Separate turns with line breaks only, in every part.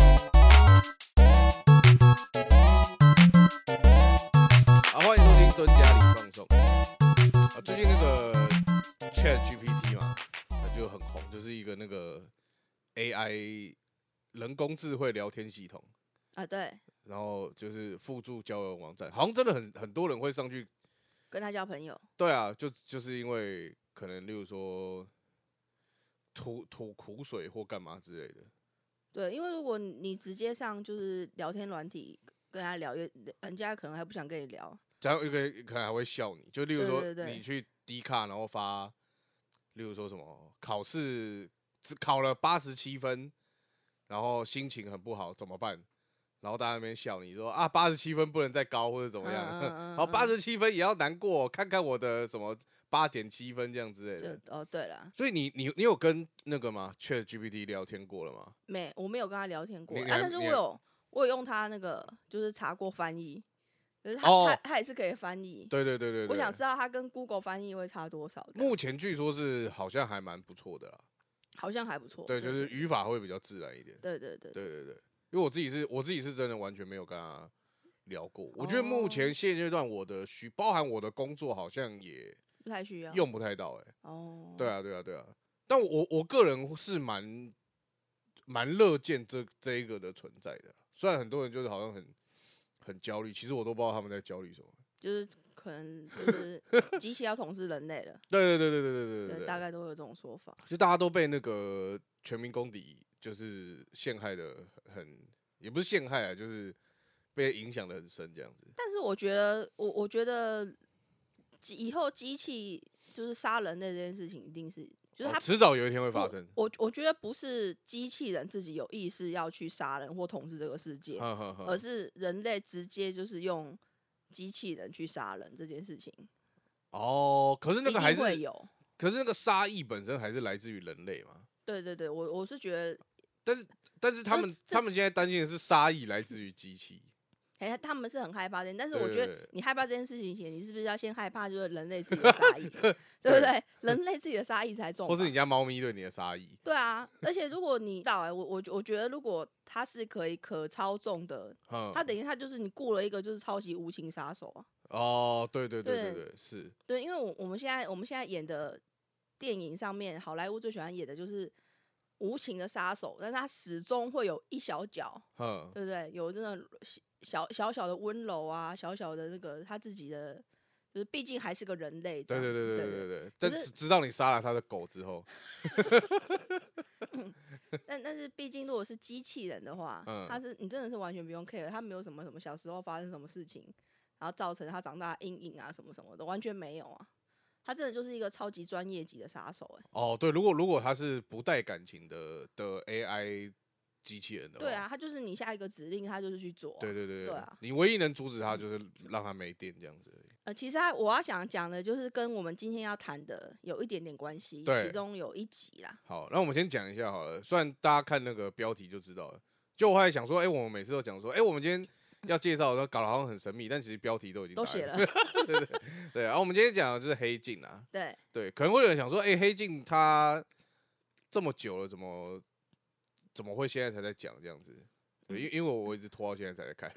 啊 GPT 嘛，它就很红，就是一个那个 AI 人工智慧聊天系统，
啊，对，
然后就是辅助交友网站，好像真的很很多人会上去。
跟他交朋友，
对啊，就就是因为可能，例如说吐吐苦水或干嘛之类的。
对，因为如果你你直接上就是聊天软体跟他聊，也人家可能还不想跟你聊，
然后一个可能还会笑你，就例如
对
说
对对
你去低卡，然后发，例如说什么考试只考了八十七分，然后心情很不好怎么办？然后大家在那边笑你说啊，八十七分不能再高或者怎么样，
嗯嗯嗯
然后
嗯
八十七分也要难过，看看我的什么八点七分这样之类
就
的。
哦，对了，
所以你你你有跟那个吗？Chat GPT 聊天过了吗？
没，我没有跟他聊天过，
你
啊，
你还
但是我
你还
有我有用他那个就是查过翻译，就是他、
哦
他他也是可以翻译，
对对对对对。
我想知道他跟 Google 翻译会差多少这样，
目前据说是好像还蛮不错的啦，
好像还不错，
对，就是语法会比较自然一点。
对对对对
对对对，因为我自己是我自己是真的完全没有跟他聊过。我觉得
哦
目前现阶段我的需包含我的工作好像也
不太需要
用不太到哎、
哦，
对啊对啊对啊，但我我个人是蛮蛮乐见这这一个的存在的，虽然很多人就是好像很很焦虑，其实我都不知道他们在焦虑什么。
就是可能就是 机器要统治人类了，
对对对对对对对
对，
对，
大概都会有这种说法。
就大家都被那个全民公敌就是陷害的很，也不是陷害啊，就是被影响的很深这样子。
但是我觉得，我我觉得机以后机器就是杀人类这件事情，一定是就是
哦
它
迟早有一天会
不
发生。
我我觉得不是机器人自己有意识要去杀人或统治这个世界，
哼哼哼
而是人类直接就是用机器人去杀人这件事情，
哦，可是那
一
个
定
还是，
会有。
可是那个杀意本身还是来自于人类嘛？
对对对，我我是觉得，
但是他
就
们
这
他们现在担心的是杀意来自于机器。
哎，他们是很害怕这件，但是
对
我
对
觉
对
得你害怕这件事情前，你是不是要先害怕就是人类 自己的杀意，对不对？人类自己的杀意才重吧，
或是你家猫咪对你的杀意，
对啊，而且如果你到哎、我我我觉得如果它是可以可操纵的，
嗯，
它等于它就是你雇了一个就是超级无情杀手啊。
哦，对对对对
对
对，是，
对，因为我我们现在我们现在演的电影上面，好莱坞最喜欢演的就是无情的杀手，但是他始终会有一小角，
嗯，
对不对？有这种小小小的温柔啊，小小的那个他自己的，就是毕竟还是个人类这
对
样
对对对
子。
对对
对
对，但
可是
直直到你杀了他的狗之后，
但但是毕竟如果是机器人的话，
嗯
他是你真的是完全不用 care，他没有什么什么小时候发生什么事情，然后造成他长大的阴影啊什么什么的，完全没有啊。他真的就是一个超级专业级的杀手、欸，
哦，对，如果如果它是不带感情的的 AI 机器人的话，
对啊，，他就是你下一个指令，他就是去做啊、
哦对对对
对啊
你唯一能阻止它就是让它没电这样子而已。
呃，其实它我要想讲的就是跟我们今天要谈的有一点点关系，
对
其中有一集啦，
好，那我们先讲一下好了。虽然大家看那个标题就知道了，就我后来想说，哎、我们每次都讲说，哎、我们今天要介绍，的搞得好像很神秘，但其实标题都已经
都
打在
写了，
对，啊然后我们今天讲的就是黑镜啊，
对，
对，可能会有人想说，哎、黑镜它这么久了，怎么怎么会现在才在讲这样子？
嗯
对，因因为我一直拖到现在才在看，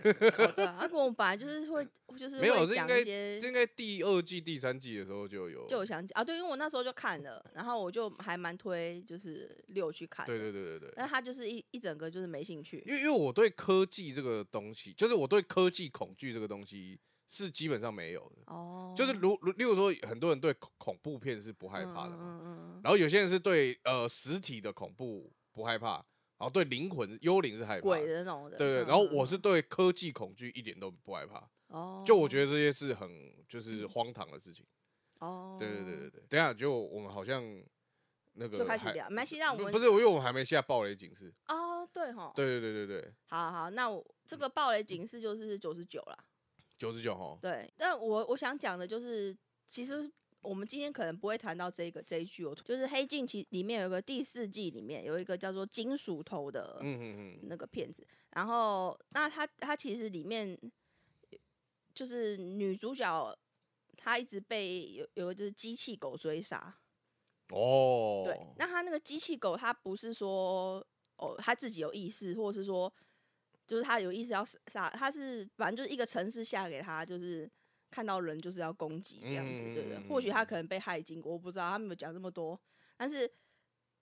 哦对啊，那、跟我们本来就是 会，就是
没有
会
这应
讲
该
一些
这应该第二季、第三季的时候就有，
就我想啊，对，因为我那时候就看了，然后我就还蛮推就是六去看，
对对对对对，
但他就是一一整个就是没兴趣，
因为因为我对科技这个东西，就是我对科技恐惧这个东西是基本上没有的。
哦，
就是如如，例如说，很多人对恐恐怖片是不害
嗯
怕的嘛，
嗯嗯嗯嗯，
然后有些人是对呃实体的恐怖不害怕，然后对灵魂幽灵是害怕
鬼
的，
的那种的，
对对。
嗯
然后
嗯
我
嗯
是对科技恐惧一点都不害怕，
哦，
就我觉得这些是很就是荒唐的事情。
得哦，
对对对对对，等一下就我们好像那个
就开始
还嗯
聊没关系让我
不
们
不是，因为我们还没下暴雷警示。
哦，对哈，
对对对对对，
好好，那我这个暴雷警示就是九十九啦。
九十九号。
对，但我我想讲的就是，其实我们今天可能不会谈到这个这一句，我就是《黑镜》其里面有一个第四季里面有一个叫做金属头的
嗯嗯嗯，
那个片子，然后那它它其实里面就是女主角她一直被有有一只机器狗追杀，
哦，
对，那它那个机器狗它不是说哦它自己有意识，或者是说。就是它有意识要杀，它是反正就是一个城市下给它，就是看到人就是要攻击这样子，对不对
嗯？
或许他可能被害经过，我不知道，他没有讲这么多。但是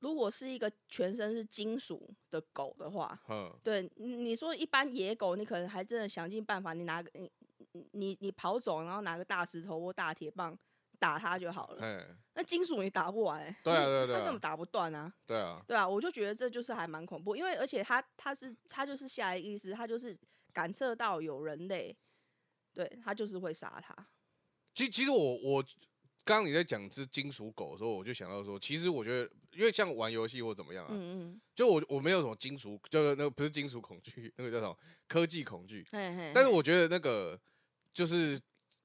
如果是一个全身是金属的狗的话，
哼，
对，你你说一般野狗，你可能还真的想尽办法，你拿个你你你你跑走，然后拿个大石头或大铁棒打它就好了。
哎，
那金属你打不完、欸，
对啊
它
对啊对
它根
啊
本打不断啊，
对啊，
对啊，我就觉得这就是还蛮恐怖，因为而且它它是它就是下一个意思，它就是感测到有人类，对，它就是会杀它。
啊其其实我我刚刚你在讲是金属狗的时候，我就想到说，其实我觉得，因为像玩游戏或怎么样啊，
嗯嗯，
就我我没有什么金属，就是那个不是金属恐惧，那个叫什么科技恐惧，
嘿嘿，
但是
嘿
我觉得那个就是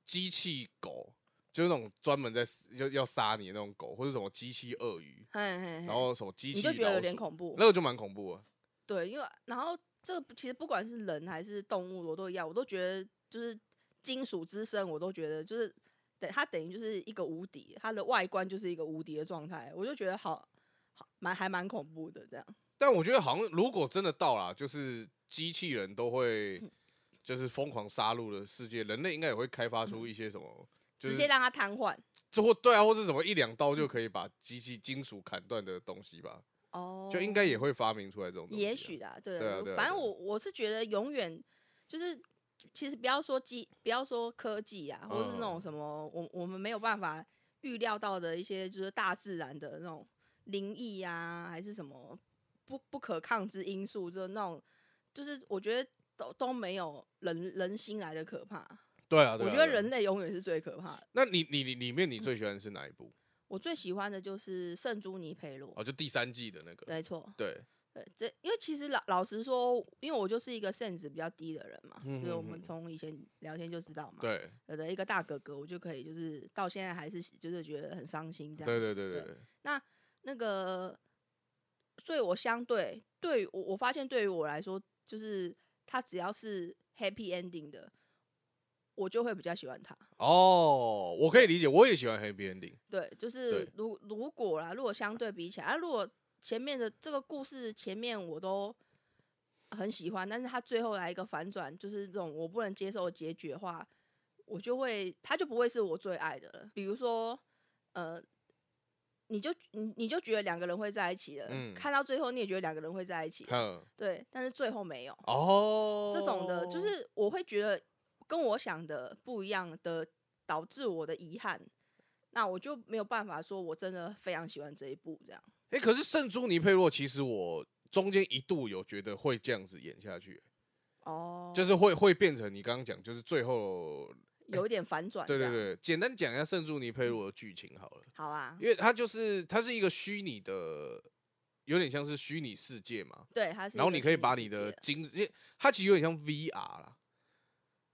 机器狗，就是那种专门在要要杀你的那种狗，或者什么机器鳄鱼，
嘿嘿嘿，
然后什么机
哎
器
你就觉得有
老
点
鼠，
恐怖，
那个就蛮恐怖的。
对，因为然后这个其实不管是人还是动物，我都一样，我都觉得就是金属之身，我都觉得就是等它等于就是一个无敌，它的外观就是一个无敌的状态，我就觉得好好蛮还蛮恐怖的这样。
但我觉得好像如果真的到啦，就是机器人都会
嗯
就是疯狂杀戮的世界，人类应该也会开发出一些什么，就
嗯直
是
接让它嗯瘫痪
就或对啊，或是什么一两刀就可以把机器金属砍断的东西吧，
哦
就应该也会发明出来这种东西啊。
也许啦，对
对啊
我
对啊
反正
对啊
我我是觉得永远就是，其实不要说技，不要说科技啊，或是那种
嗯
什么，我我们没有办法预料到的一些，就是大自然的那种灵异啊，还是什么不不可抗之因素，就是那种，就是我觉得都都没有人人心来的可怕。
对啊，对
我
啊
觉
对
得
啊
人类嗯永远是最可怕的。
那你你你里面你最喜欢的是哪一部？
我最喜欢的就是圣朱尼培罗，
哦，就第三季的那个。
没错。
对，
对，呃这因为其实老老实说，因为我就是一个 sense 比较低的人嘛，
嗯
就是我
哼
们
哼
从以前聊天就知道嘛。，
对，
有的一个大哥哥，我就可以就是到现在还是就是觉得很伤心这样。
对对对对对，
那个，所以我相对对于我我发现对于我来说，就是他只要是 happy ending 的，我就会比较喜欢他。
哦，我可以理解，我也喜欢 Happy Ending。
对，就是
对
如如果啦，如果相对比起来，啊、如果前面的这个故事前面我都很喜欢，但是他最后来一个反转，就是这种我不能接受的结局的话，我就会他就不会是我最爱的了。比如说，呃，你就你你就觉得两个人会在一起了，
嗯
看到最后你也觉得两个人会在一起，
哼，
对，但是最后没有。
哦，
这种的，就是我会觉得跟我想的不一样的，导致我的遗憾，那我就没有办法说我真的非常喜欢这一部这样。
哎、可是圣朱尼佩洛，其实我中间一度有觉得会这样子演下去，
哦，
就是会会变成你刚刚讲，就是最后，
有一点反转。
对对，对，简单讲一下圣朱尼佩洛的剧情好了，
好啊，
因为它就是它是一个虚拟的，有点像是虚拟世界嘛。
对，它是一个虚拟世界。
然后你可以把你的精，因为它其实有点像 VR 啦，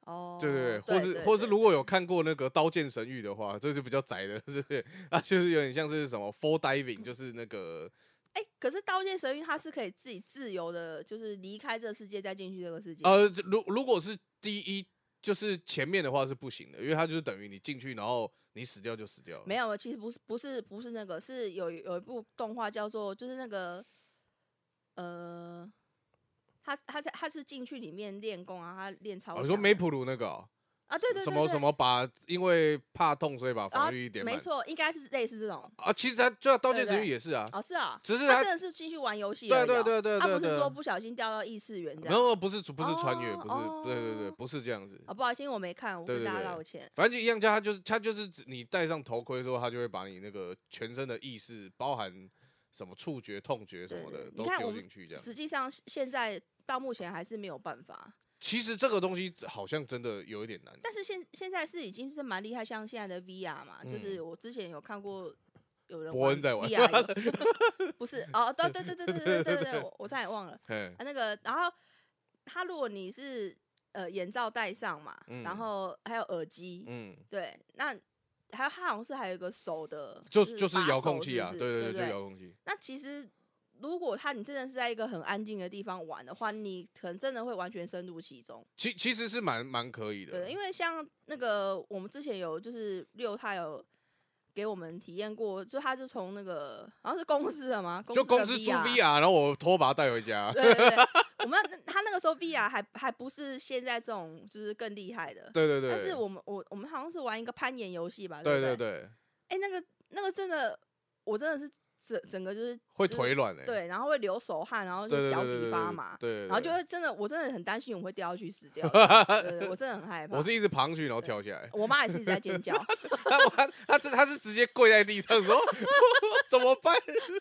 哦，
对对对，
对
或是
对
或是
对
如果有看过那个《刀剑神域》的话，这就比较宅的，是不是？ 啊，就是有点像是什么 full diving，就是那个
哎，可是《刀剑神域》它是可以自己自由的，就是离开这个世界再进去这个世界。
呃，如如果是第一，就是前面的话是不行的，因为它就是等于你进去，然后你死掉就死掉了。
没有，其实不是，不是，不是那个，是有有一部动画叫做，就是那个，呃，他他在他是进去里面练功啊，他练超
哦，
强啊。
我说梅普鲁那个哦、
啊，对对对
什么
对
什么把因为怕痛所以把
啊
防御力点满
没。错，应该是类似这种。
啊，其实它就《刀剑
对对
神域》也是啊，
哦，是啊，
只是
他
他
真的是进去玩游戏
对
而已哦，
对对对
他
对
不是
对
说不小心掉到异次元这
然
样。
后不是不是穿越，
哦
不是，对对对，
哦
不是这样子。
啊，不好意思，因为我没看，我
对
跟
对
大家
对
道歉。
反正就一样，它就是它就是指你戴上头盔之后，它就会把你那个全身的意识，包含什么触觉、痛觉什
对
么
对
的，
你
都
看我
丢
们
进去这样。
实际上现在到目前还是没有办法，
其实这个东西好像真的有一点难。
但是现现在是已经是蛮厉害，像现在的 VR 嘛，就是
嗯
我之前有看过有人
伯恩在玩
VR，游不是哦，对对对对对对对对，我我差 点忘了。
嘿
啊，那个，然后他如果你是呃眼罩戴上嘛，
嗯
然后还有耳机，
嗯，
对，那还有他好像是还有一个手的，
就
就
就是
把
遥
手
控
是
器
不
啊，
是
对
对
对，
不
就遥控器。
那其实如果他你真的是在一个很安静的地方玩的话，你可能真的会完全深入其中。
其其实是蛮蛮可以的，
对，因为像那个我们之前有就是六他有给我们体验过，就他就从那个好像是公司的嘛，
就公
的
司租
VR
VR，然后我偷把它带回家。
对对对，我们那他那个时候 VR 还还不是现在这种就是更厉害的，
对对对，
但是我们我我们好像是玩一个攀岩游戏吧，
对
不
对
对
对，
哎、那个那个真的，我真的是整整个就是
会
就是
腿软哎、
对，然后会流手汗，然后
对
就
对
脚
对对
底
对
发麻，
对对，对
然后就会真的，我真的很担心我会掉下去死 掉的，对对我真的很害怕。
我是一直爬上去然后
对
跳下 来，
我妈也是一直在尖叫，
他他他这他是直接跪在地上说 怎么办？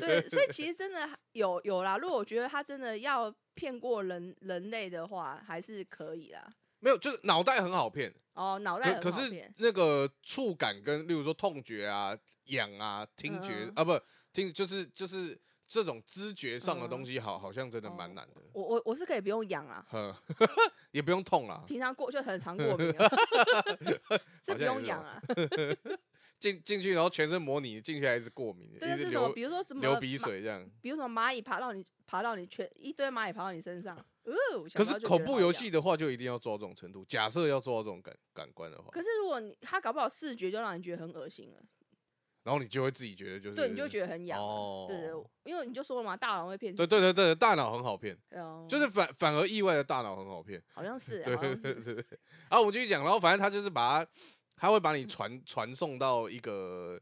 对，所以其实真的有有啦。如果我觉得他真的要骗过人人类的话，还是可以啦。
没有，就是脑袋很好骗，
哦，脑袋
可
很
可
好
是
骗
那个触感跟，例如说痛觉啊、痒啊、听觉、
嗯嗯
啊，不听就是就是这种知觉上的东西好，好像真的蛮
嗯哦
难的。
我我我是可以不用养啊，
呵，也不用痛啦，
平常过就很常过敏 啊，是
好
不
啊像也
用
是
养
哦
啊。
进进去然后全身模拟，进去还一直过敏，
对，啊
一直
是什么？
流
比如说什么
流鼻
蚂，
水这样。
比如什么蚂蚁爬到你爬到你全一堆蚂蚁爬到你身上，哦。
可
想到
是
就觉
恐
得
怖
好
游
痒
戏的话，就一定要做到这种程度。假设要做到这种感感官的话，
可是如果你他搞不好视觉就让你觉得很恶心了，
然后你就会自己觉得就是
对，你就觉得很痒了。啊对对
哦，
对，因为你就说了嘛，大脑会骗
对
自
对
己，
对对，大脑很好骗，
嗯
就是反反而意外的大脑很好骗。
好像是，
对
好像
对
是
对对对。然后我们继续讲，然后反正他就是把他，他会把
嗯
你传传送到一个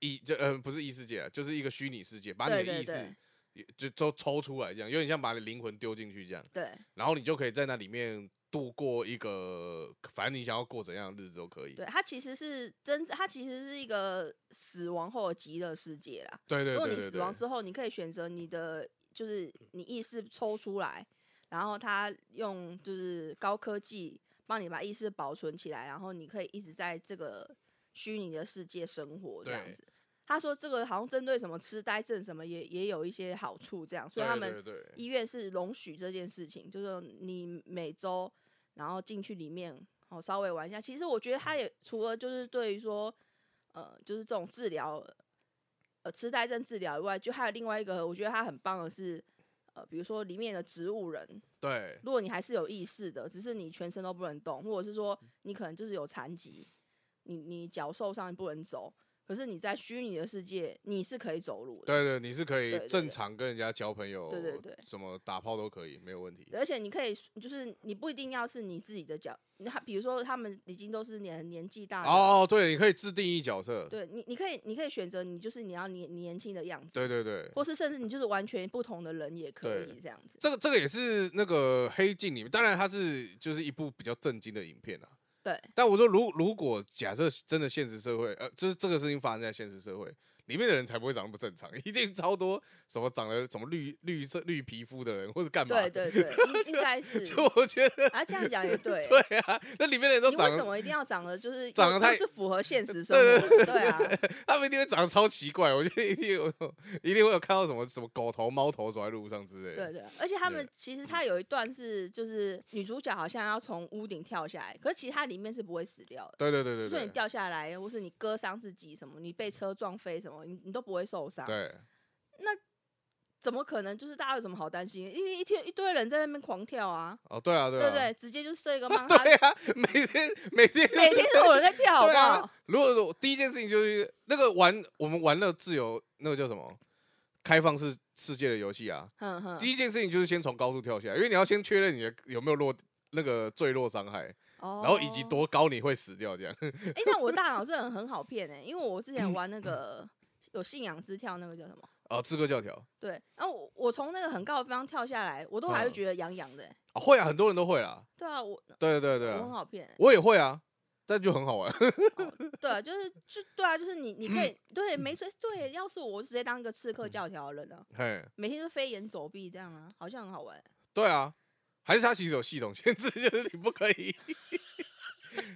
异，就呃不是异世界啊，就是一个虚拟世界，把你
对
的
对
意识
对
也就都抽出来，这样有点像把你灵魂丢进去这样，
对
然后你就可以在那里面度过一个，反正你想要过怎样的日子都可以。
对，它其实是真，它其实是一个死亡后的极乐世界啦。
对对
如果
对
你
对
死
对
亡。之后，你可以选择你的，就是你意识抽出来，然后它用就是高科技帮你把意识保存起来，然后你可以一直在这个虚拟的世界生活这样
对
子。他说这个好像针对什么痴呆症什么也也有一些好处，这样，所以
对
他
对
们
对对
医院是容许这件事情，就是你每周然后进去里面，哦，稍微玩一下。其实我觉得他也除了就是对于说，呃，就是这种治疗，呃，痴呆症治疗以外，就还有另外一个，我觉得他很棒的是，呃，比如说里面的植物人，
对
如果你还是有意识的，只是你全身都不能动，或者是说你可能就是有残疾，你你脚受伤你不能走，可是你在虚拟的世界你是可以走路的。
对对，你是可
对
以
对
正
对
常跟人家交朋友，
对对对
什么打炮都可以，没有问题。
而且你可以，就是你不一定要是你自己的脚，他比如说他们已经都是年年纪大的，
哦，对，你可以自定义角色，
对你你可以你可以选择你就是你要年年轻的样子，
对对对，
或是甚至你就是完全不同的人也可
对
以这样子，
这个这个也是那个黑镜里面，当然它是就是一部比较震惊的影片啊。
对
但我说如如果假设真的现实社会，呃，就是这个事情发生在现实社会里面的人才不会长那么正常， 一定超多什么长得什么绿绿色绿皮肤的人，或是干嘛？，
对对对，应应该是
就我觉得。
啊这样讲也对
对啊，那里面的人都
你为
长
什
得，
么一定要长得就是
长
又
得太
又是符合现实生活的？对啊，
他们一定会长得超奇怪，我觉得一定有 一定会有看到什么什么狗头猫头走在路上之类的。
对对，而且他们
对嗯
其实他有一段是就是女主角好像要从屋顶跳下来，可是其实它里面是不会死掉的。
对对对
就
对
算你
对
掉下来，或是你割伤自己什么，你被车撞飞什么，你你都不会受伤。
对，
怎么可能？就是大家有什么好担心？因为一天一堆人在那边狂跳啊，
哦对啊对
对
啊
不对？直接就设一个漫
对啊，每天每 天
每天都有人在跳，好
对
不好
啊？，如果说第一件事情就是那个玩我们玩乐自由那个叫什么开放式世界的游戏啊，
哼哼，
第一件事情就是先从高处跳下来，因为你要先确认你的有没有落那个坠落伤害，
然
然后以及多高你会死掉这样。
哦 哎，但我大脑是很很好骗哎，因为我之前玩那个有信仰之跳，那个叫什么？
哦，刺客教条啊
对，然后我我从那个很高的地方跳下来，我都还会
嗯
觉得痒痒的欸。
会啊，很多人都会啦。
对啊，我
对对对
我很
啊，
好骗欸。
我也会啊，但就很好玩。
对啊，就是就对啊，就是你你可以对没错对，要是我直接当一个刺客教条的人啊，
嘿，
每天就飞檐走壁这样啊，好像很好玩。
对啊，还是它其实有系统限制，就是你不可以。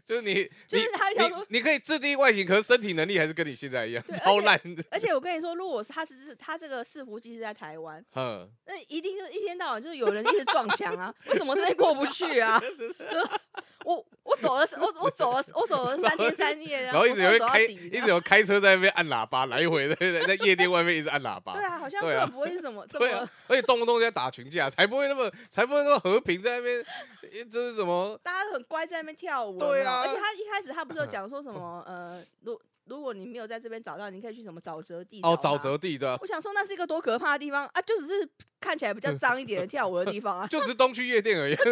就是你，
就
你
是它要说
你你可以制定外形，可是身体能力还是跟你现在一样
对而
超
且
烂。
而且我跟你说，如果是他是他这个伺服器是在台湾，
嗯，
那一定就是一天到晚就是有人一直撞墙啊，为什么这边过不 去啊？就是 我我走了，我我走了，我走了三天三夜，
然后一直有
啊
人
我走到
开，
底
一直有开车在那边按喇叭，来回的 在在夜店外面一直按喇叭
对。啊，好像
对
根
啊
本不会是什么这
对啊
么，
而且动不动就在打群架，才不会那么才不会那么和平，在那边诶这是什么？
大家都很乖在那边跳舞，
对啊
有没有而且他一开始他不是有讲说什么呃，如如果你没有在这边找到，你可以去什么沼泽地
哦，
找
沼
嘛
泽地对啊、
我想说那是一个多可怕的地方啊，就只是看起来比
嗯，
较脏一点的跳舞的地方啊
就只是东区夜店而已。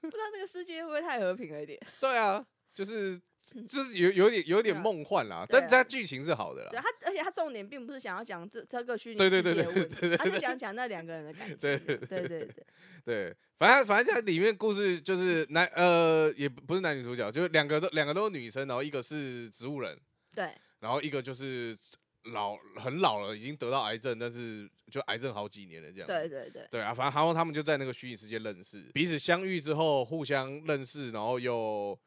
不知道那个世界会不会太和平了一点？
对啊，就是就是有有点有点
对啊
梦幻啦，
对
但
啊
是它剧情是好的
对
啦。
他，而且他重点并不是想要讲这这个虚拟
对
世
对
界
对
的
对
问
对
题，他是想讲那两个人的感情。
对
对 对对，
对，反正反正它里面故事就是男呃也不不是男女主角，就是两个都两个都是女生，然后一个是植物人，
对
然后一个就是老很老了，已经得到癌症，但是就癌症好几年了这样子。
对对对，
对啊，反正然后他们就在那个虚拟世界认识，彼此相遇之后互相认识，然后又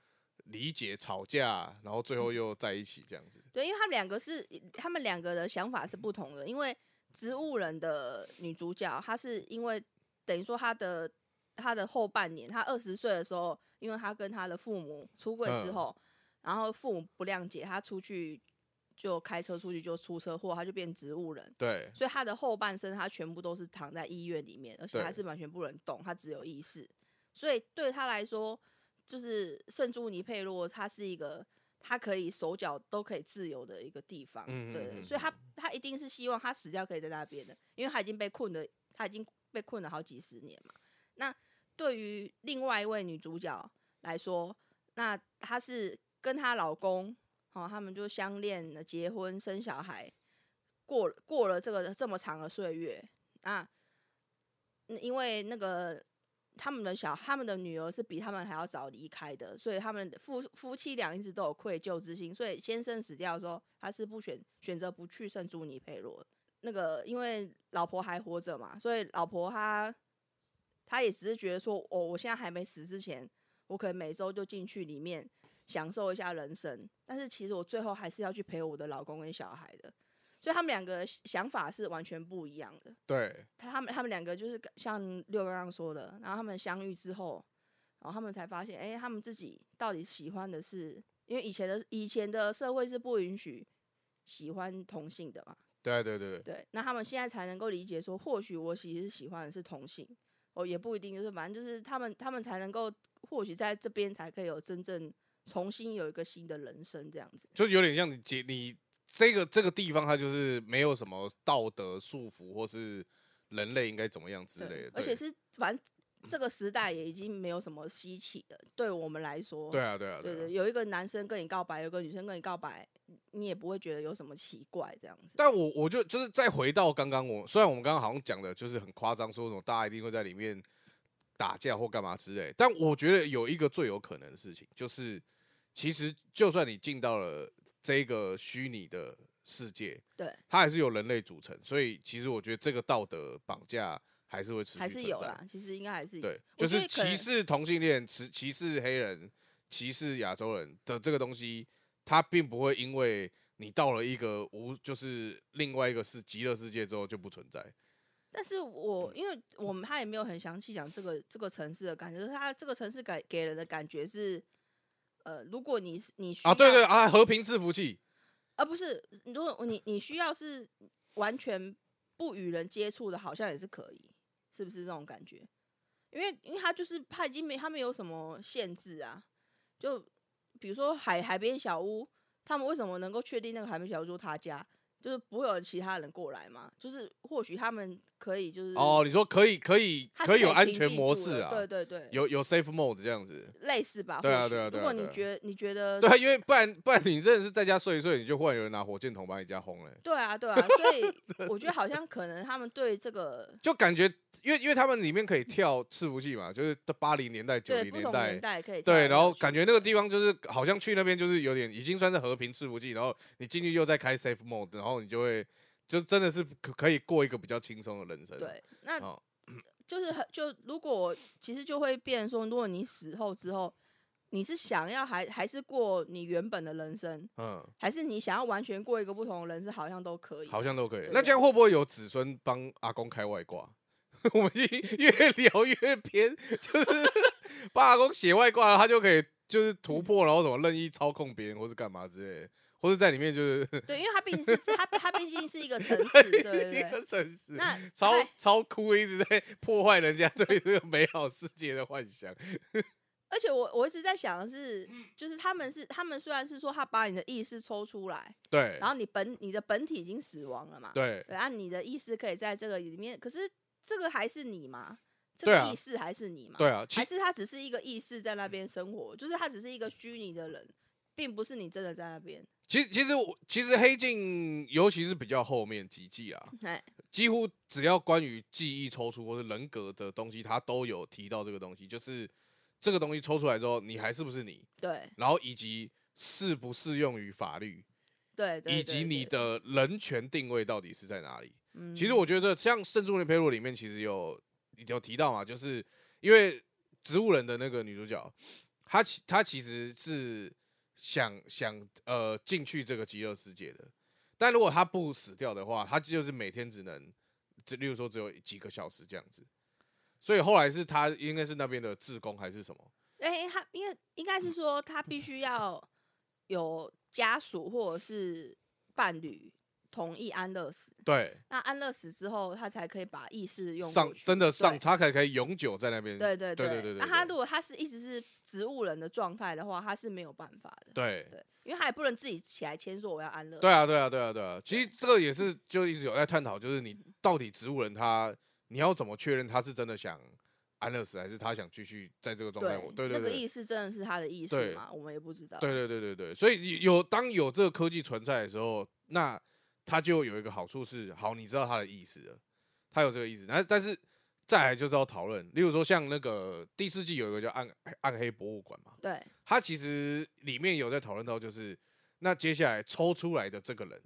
理解、吵架，然后最后又在一起这样子。
对，因为他们两个是他们两个的想法是不同的，因为植物人的女主角，她是因为等于说她的她的后半年，她二十岁的时候，因为她跟她的父母出柜之
嗯
后，然后父母不谅解，她出去就开车出去就出车祸，她就变植物人。
对
所以他的后半生他全部都是躺在医院里面，而且
对
他是完全不能动，他只有意识。所以对他来说，就是圣朱尼佩洛，他是一个他可以手脚都可以自由的一个地方。
嗯嗯
对
嗯
对，所以他他一定是希望他死掉可以在那边的，因为他已经被困的，他已经被困了好几十年嘛。那对于另外一位女主角来说，那她是跟她老公，哦，他们就相恋了、结婚、生小孩，过过了这个这么长的岁月啊，嗯因为那个他们的小他们的女儿是比他们还要早离开的，所以他们夫夫妻俩一直都有愧疚之心，所以先生死掉的时候，他是不选选择不去圣朱尼佩罗的。那个因为老婆还活着嘛，所以老婆她她也只是觉得说，哦，我现在还没死之前，我可能每周就进去里面享受一下人生，但是其实我最后还是要去陪我的老公跟小孩的，所以他们两个想法是完全不一样的。
对
他他们他们两个就是跟像六刚刚说的，然后他们相遇之后，然后他们才发现，哎、他们自己到底喜欢的是，因为以前的以前的社会是不允许喜欢同性的嘛，
对对对对
对，那他们现在才能够理解说，或许我其实喜欢的是同性，哦，也不一定，就是反正就是他们他们才能够，或许在这边才可以有真正重新有一个新的人生这样子。
就有点像你结你这个这个地方，它就是没有什么道德束缚或是人类应该怎么样之类
对
的。
而
对
且是反正这个时代也已经没有什么稀奇的，对我们来说，
对啊对啊
对
对啊
对，。有一个男生跟你告白，有个女生跟你告白，你也不会觉得有什么奇怪这样子。
但我我就就是再回到刚刚我，虽然我们刚刚好像讲的就是很夸张，说什么大家一定会在里面打架或干嘛之类，但我觉得有一个最有可能的事情，就是其实就算你进到了这个虚拟的世界，
对，
它还是由人类组成，所以其实我觉得这个道德绑架还是会持续
还是有
存在
啦，其实应该还是有。
对，
我
就是
觉得可
歧
能
视同性恋、歧歧视黑人、歧视亚洲人的这个东西，它并不会因为你到了一个无，就是另外一个是极乐世界之后就不存在。
但是我
嗯
因为我们他也没有很详细讲这个这个城市的感觉，就是他这个城市给给人的感觉是，呃，如果你是你需要
啊，对对啊，和平伺服器，
而不是如果你你需要是完全不与人接触的，好像也是可以，是不是这种感觉？因为因为他就是他已经没他没有什么限制啊，就比如说海海边小屋，他们为什么能够确定那个海边小屋就是他家？就是不会有其他人过来嘛？就是或许他们可以就是
哦，你说可以可以
嗯它是
可以有
被
安
屏
全
蔽
模
住
式
的
啊，
对对对，
有有 safe mode 这样子。
类似吧？
对啊
或许
对啊对啊
如果
对啊
你觉你 觉得
对啊，因为不然不然你真的是在家睡一睡，你就忽然有人拿火箭筒把你家轰了、欸
对啊对啊，所以我觉得好像可能他们对这个
就感觉因为因为他们里面可以跳伺服器嘛，就是八零年代九
对
零
不
年
同
代
年代可以
对，然后感觉那个
地
地方就是好像去那边就是有点已经算是和平伺服器，然后你进去又在开 safe mode，然后你就会就真的是可可以过一个比较轻松的人生。
对，那
哦
就是很就如果其实就会变成说，如果你死后之后，你是想要还还是过你原本的人生，
嗯，
还是你想要完全过一个不同的人生，好像都可以。
好像都可以
对。
那这样会不会有子孙帮阿公开外挂？ 我们已经越聊越偏，就是 帮阿公写外挂，他就可以就是突破，然后怎么任意操控别人，或是干嘛之类的，或是在里面就是
对，因为它毕竟是是它它毕竟是一个城市，对对
一
对。
个城市。
那
超
在
超酷，一直在破坏人家对这个美好世界的幻想。
而且我我一直在想的是，
嗯
就是他们是他们虽然是说他把你的意识抽出来，
对
然后你本你的本体已经死亡了嘛，
对
对，啊，你的意识可以在这个里面，可是这个还是你吗？这
对
个
啊
意识还是你吗？
对啊，其
还是他只是一个意识在那边生活，就是他只是一个虚拟的人，并不是你真的在那边。
其实其实我其实黑镜，尤其是比较后面几季啊，
哎，
几乎只要关于记忆抽出或是人格的东西，它都有提到这个东西，就是这个东西抽出来之后，你还是不是你，
对
然后以及适不适用于法律，
对对，
以及
对
你，
对
的人权定位到底是在哪里。
嗯
其实我觉得像《圣助的佩洛》里面其实有有提到嘛，就是因为植物人的那个女主角，她其她其实是想想呃进去这个极乐世界的，但如果她不死掉的话，她就是每天只能，只例如说只有几个小时这样子。所以后来是她应该是那边的志工还是什么？
哎、他因为应该是说他必须要有家属或者是伴侣同意安乐死，
对，
那安乐死之后，他才可以把意识用
上
过去
真的上，
对
她才可以永久在那边。
对对
对对对
那他
对
如果他是一直是植物人的状态的话，他是没有办法的。
对
对，因为他也不能自己起来签说我要安乐。
对啊，对啊，对啊，对啊。其实这个也是就一直有在探讨，就是你到底植物人他，你要怎么确认他是真的想安乐死，还是他想继续在这个状态？我对对
那个
对
意，识真的是他的意识
对
嘛？我们也不知道。
对对对对对。所以有当有这个科技存在的时候，那他就有一个好处是，好，你知道他的意思了，他有这个意思。但但是再来就是要讨论，例如说像那个第四季有一个叫暗暗黑博物馆嘛，
对
他其实里面有在讨论到，就是那接下来抽出来的这个人，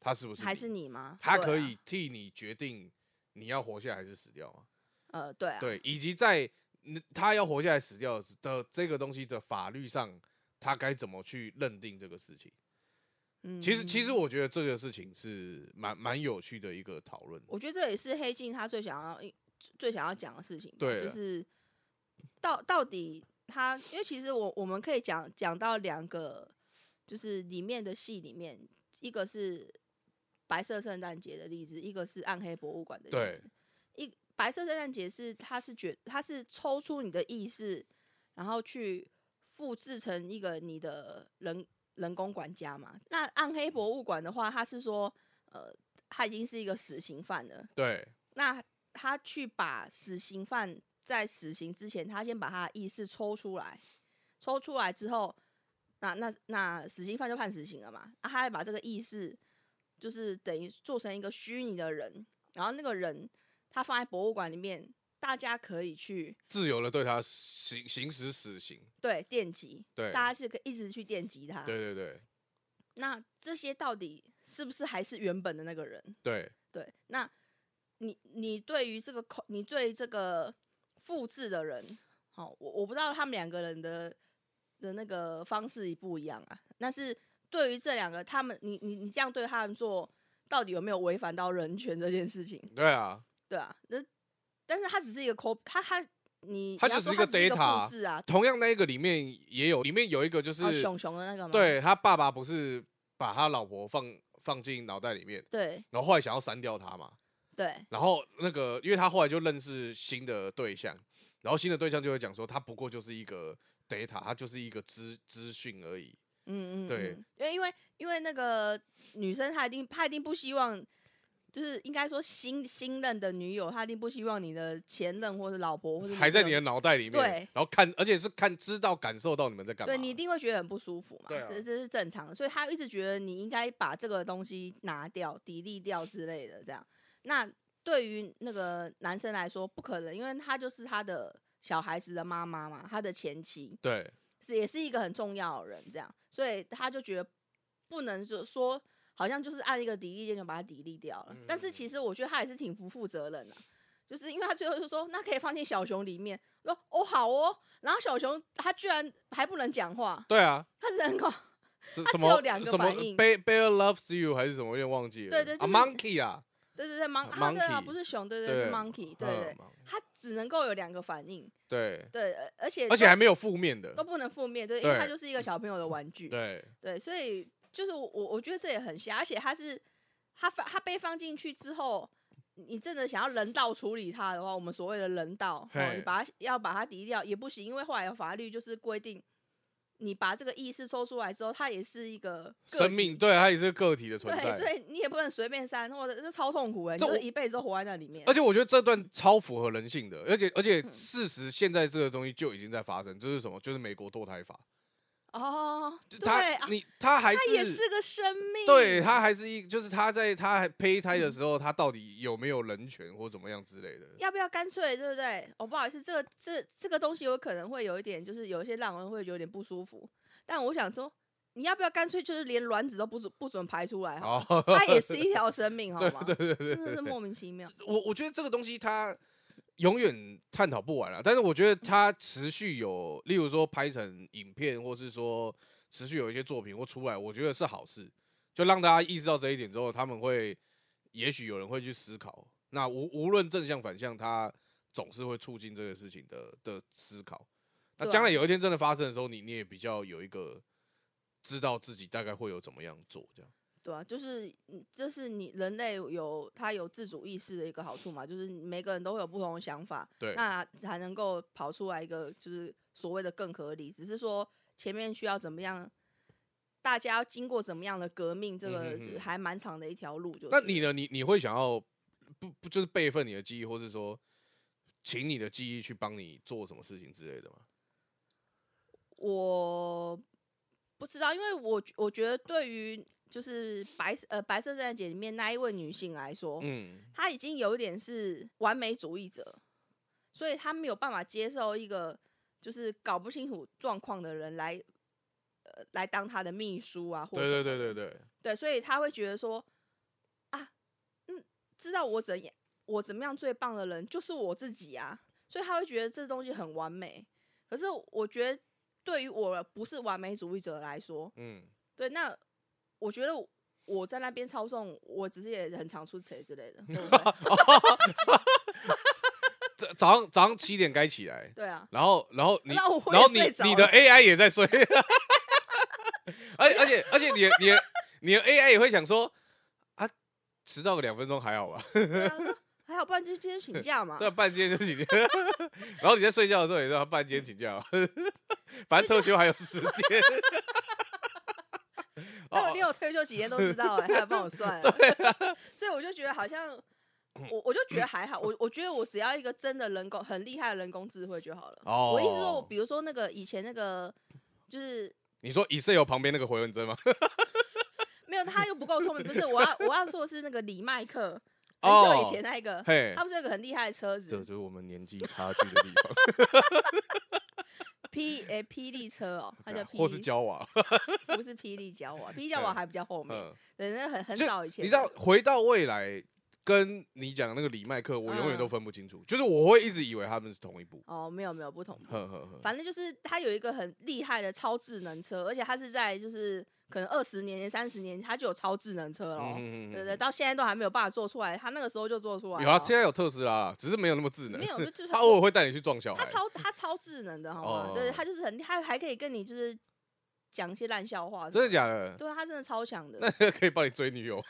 他是不是
还
你
是你吗？
他
对啊
可以替你决定你要活下来还是死掉嘛？
呃，对啊，
对，以及在嗯他要活下来死掉的时的这个东西的法律上，他该怎么去认定这个事情？
嗯
其实，其实我觉得这个事情是蛮蛮有趣的一个讨论。
我觉得这也是黑镜他最想要最想要讲的事情吧，
对
就
啊
是到到底他，因为其实我我们可以讲讲到两个，就是里面的戏里面，一个是白色圣诞节的例子，一个是暗黑博物馆的例
对
子。一白色圣诞节是他是觉他是抽出你的意识，然后去复制成一个你的人人工管家嘛。那暗黑博物馆的话，他是说呃。他已经是一个死刑犯了，
对
那他去把死刑犯在死刑之前，他先把他的意识抽出来，抽出来之后，那那那死刑犯就判死刑了嘛？啊，他还把这个意识就是等于做成一个虚拟的人，然后那个人他放在博物馆里面，大家可以去
自由的对他行行使死刑。
对电击，
对
大家是可以一直去电击他。
对对对
那这些到底是不是还是原本的那个人？
对
对，那你你对于这个口，你对于这个复制的人，好、我我不知道他们两个人的的那个方式一不一样啊，但是对于这两个，他们你你你这样对他们做，到底有没有违反到人权这件事情？
对啊！
对啊，那但是他只是一个 copy，他他你
他
你要
只是
说
一个
只是一个
data
复制啊，
同样那一个里面也有，里面有一个就是、
哦，熊熊的那个吗？
对他爸爸不是把他老婆放放进脑袋里面，
对
然后后来想要删掉他嘛，
对
然后那个，因为他后来就认识新的对象，然后新的对象就会讲说，他不过就是一个 data，他就是一个资资讯而已。
嗯嗯，
对
嗯，因为因为因为那个女生她一定她一定不希望，就是应该说新新任的女友，她一定不希望你的前任或者老婆或者
还在你
的
的脑袋里面，
对
然后看，而且是看知道感受到你们在干嘛，
对你一定会觉得很不舒服嘛，
对啊
这这是正常的，所以她一直觉得你应该把这个东西拿掉、砥砺掉之类的，这样。那对于那个男生来说不可能，因为他就是他的小孩子的妈妈嘛，他的前妻，
对
是也是一个很重要的人，这样，所以他就觉得不能就说好像就是按一个砥砺键就把他砥砺掉了。但是
嗯
其实我觉得他也是挺不负责任的、就是因为他最后就说那可以放进小熊里面，我说哦好哦，然后小熊他居然还不能讲话，
对啊，
他人口
是什
他只
么
有两个
什么
反应
bear bear loves you 还是什么，有点忘记了，
对对就是
啊 monkey 啊，
对对对，mon 啊
Monkey
对啊不是熊，对对
对
是 monkey，对对
嗯
对，他只能够有两个反应，
对，
对，而而且
而且
都
还没有负面的
都，不能负面，对，因为
对
他就是一个小朋友的 玩具，
对
对，所以就是我我我觉得这也很瞎，而且他是他放他被放进去之后，你真的想要人道处理它的话，我们所谓的人道，哦、
嘿
你把它要把它抵掉也不行，因为后来有法律就是规定，你把这个意识抽出来之后，它也是一个个
生
体
命对它也是个体的存
对，所
在。
以你也不能随便删，或者这超痛苦哎、欸，
这
你就是
我
一辈子都活在那里面
而。且我觉得这段超符合人性的，而且而且
嗯
事实现在这个东西就已经在发生，就是什么？就是美国堕胎法，
哦，
就
对
他
啊，
你他还
它也是个生命，
对他还是一，就是他在他还胚胎
嗯
的时候，他到底有没有人权或怎么样之类的？
要不要干脆，对不对？哦，不好意思，这个这这个东西有可能会有一点，就是有一些让人会有点不舒服。但我想说，你要不要干脆就是连卵子都不准不准排出来？哈，
哦，
它也是 一条生命，好吗？
对对对
真的是莫名其妙。
我我觉得这个东西它永远探讨不完了，但是我觉得它持续有，例如说拍成影片，或是说持续有一些作品或出来，我觉得是好事，就让大家意识到这一点之后，他们会，也许有人会去思考。那无无论正向反向，它总是会促进这个事情的的思考。那
对啊
将来有一天真的发生的时候，你你也比较有一个知道自己大概会有怎么样做这样。
对啊，就是嗯这是你人类有他有自主意识的一个好处嘛，就是每个人都会有不同的想法，
对
那才能够跑出来一个就是所谓的更合理。只是说前面需要怎么样，大家要经过怎么样的革命，这
嗯
个
哼
是
哼
还蛮长的一条路、就是。
那你呢？你你会想要不不就是备份你的记忆，或是说请你的记忆去帮你做什么事情之类的吗？
我不知道，因为我我觉得对于就是白色呃白色圣诞节里面那一位女性来说，
嗯，
他已经有一点是完美主义者，所以他没有办法接受一个就是搞不清楚状况的人来，呃，来当他的秘书啊，或
对对
什么
对对
的
对，
对，所以他会觉得说，啊，嗯，知道我怎样我怎么样最棒的人就是我自己啊，所以他会觉得这东西很完美。可是我觉得对于我不是完美主义者来说，
嗯，
对，那我觉得我在那边操纵，我只是也很常出丑之类的，对不对？
早早上早上七点该起来，
对啊，
然后然后你
那我
然后
也
你
睡着
你的
了
AI 也在睡， 而且而且而且你的你的你的 AI 也会想说啊，迟到个两分钟还好吧？
对啊那还好，不然就今天请假 嘛。
对，半间就请假，然后你在睡觉的时候也让他半间请假， 反正特休还有时 间。
那
哦啊
我连我退休几天都知道、欸，还有帮 我算、 所以我就觉得好像，我我就觉得还好，我我觉得我只要一个真的人工很厉害的人工智慧就好了。
哦
我意思说，我比如说那个以前那个，就是
你说 Excel 旁边那个回文 针吗？
没有他又不够聪明，不是我要我要说的是那个李麦克，很
哦
久以前那一个，
嘿，
他不是有个很厉害的车
这
子
就是我们年纪差距的地方，
，P 诶、霹雳车哦，他叫霹
啊
雳，
或是交往。
不是霹雳角瓦，霹雳角瓦
嗯
还比较后面，
嗯，
对，那很很
就
早以前
你知
的，
道回到未来，跟你讲那个李麦克，我永远
嗯
都分不清楚，就是我会一直以为他们是同一部。
哦，没有没有不同步。
呵呵呵，
反正就是它有一个很厉害的超智能车，而且它是在就是可能二十年前、三十年它就有超智能车了、
嗯
哦，
嗯嗯嗯
对对，到现在都还没有办法做出来，它那个时候就做出来了
有
哦。
啊，现在有特斯拉啦，只是没有那么智能
没。有，就就是
他偶尔会带你去撞小
它
孩。
超它超智能的好吗？
哦
对，它就是很它还可以跟你就是讲一些烂笑话，
真的？假的？
对，它真的超强 的。
那可以帮你追女友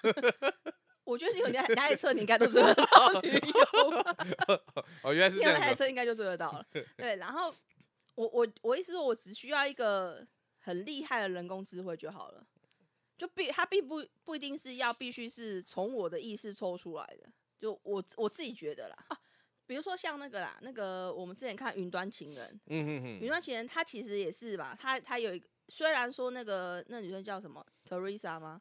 我觉得你有哪哪台车，你应该都 追得到女友吧，
哦，原来是
你
这
有
样
哪台
子
车应该就追得到了。对，然后我我我意思说，我只需要一个很厉害的人工智慧就好了，就必它并不不一定是要必须是从我的意识抽出来的，就我我自己觉得啦。啊比如说像那个啦，那个我们之前看《云端情人》，
嗯哼
《云
哼，
端情人》它其实也是吧，它它有一个，虽然说那个那女生叫什么 Teresa 吗？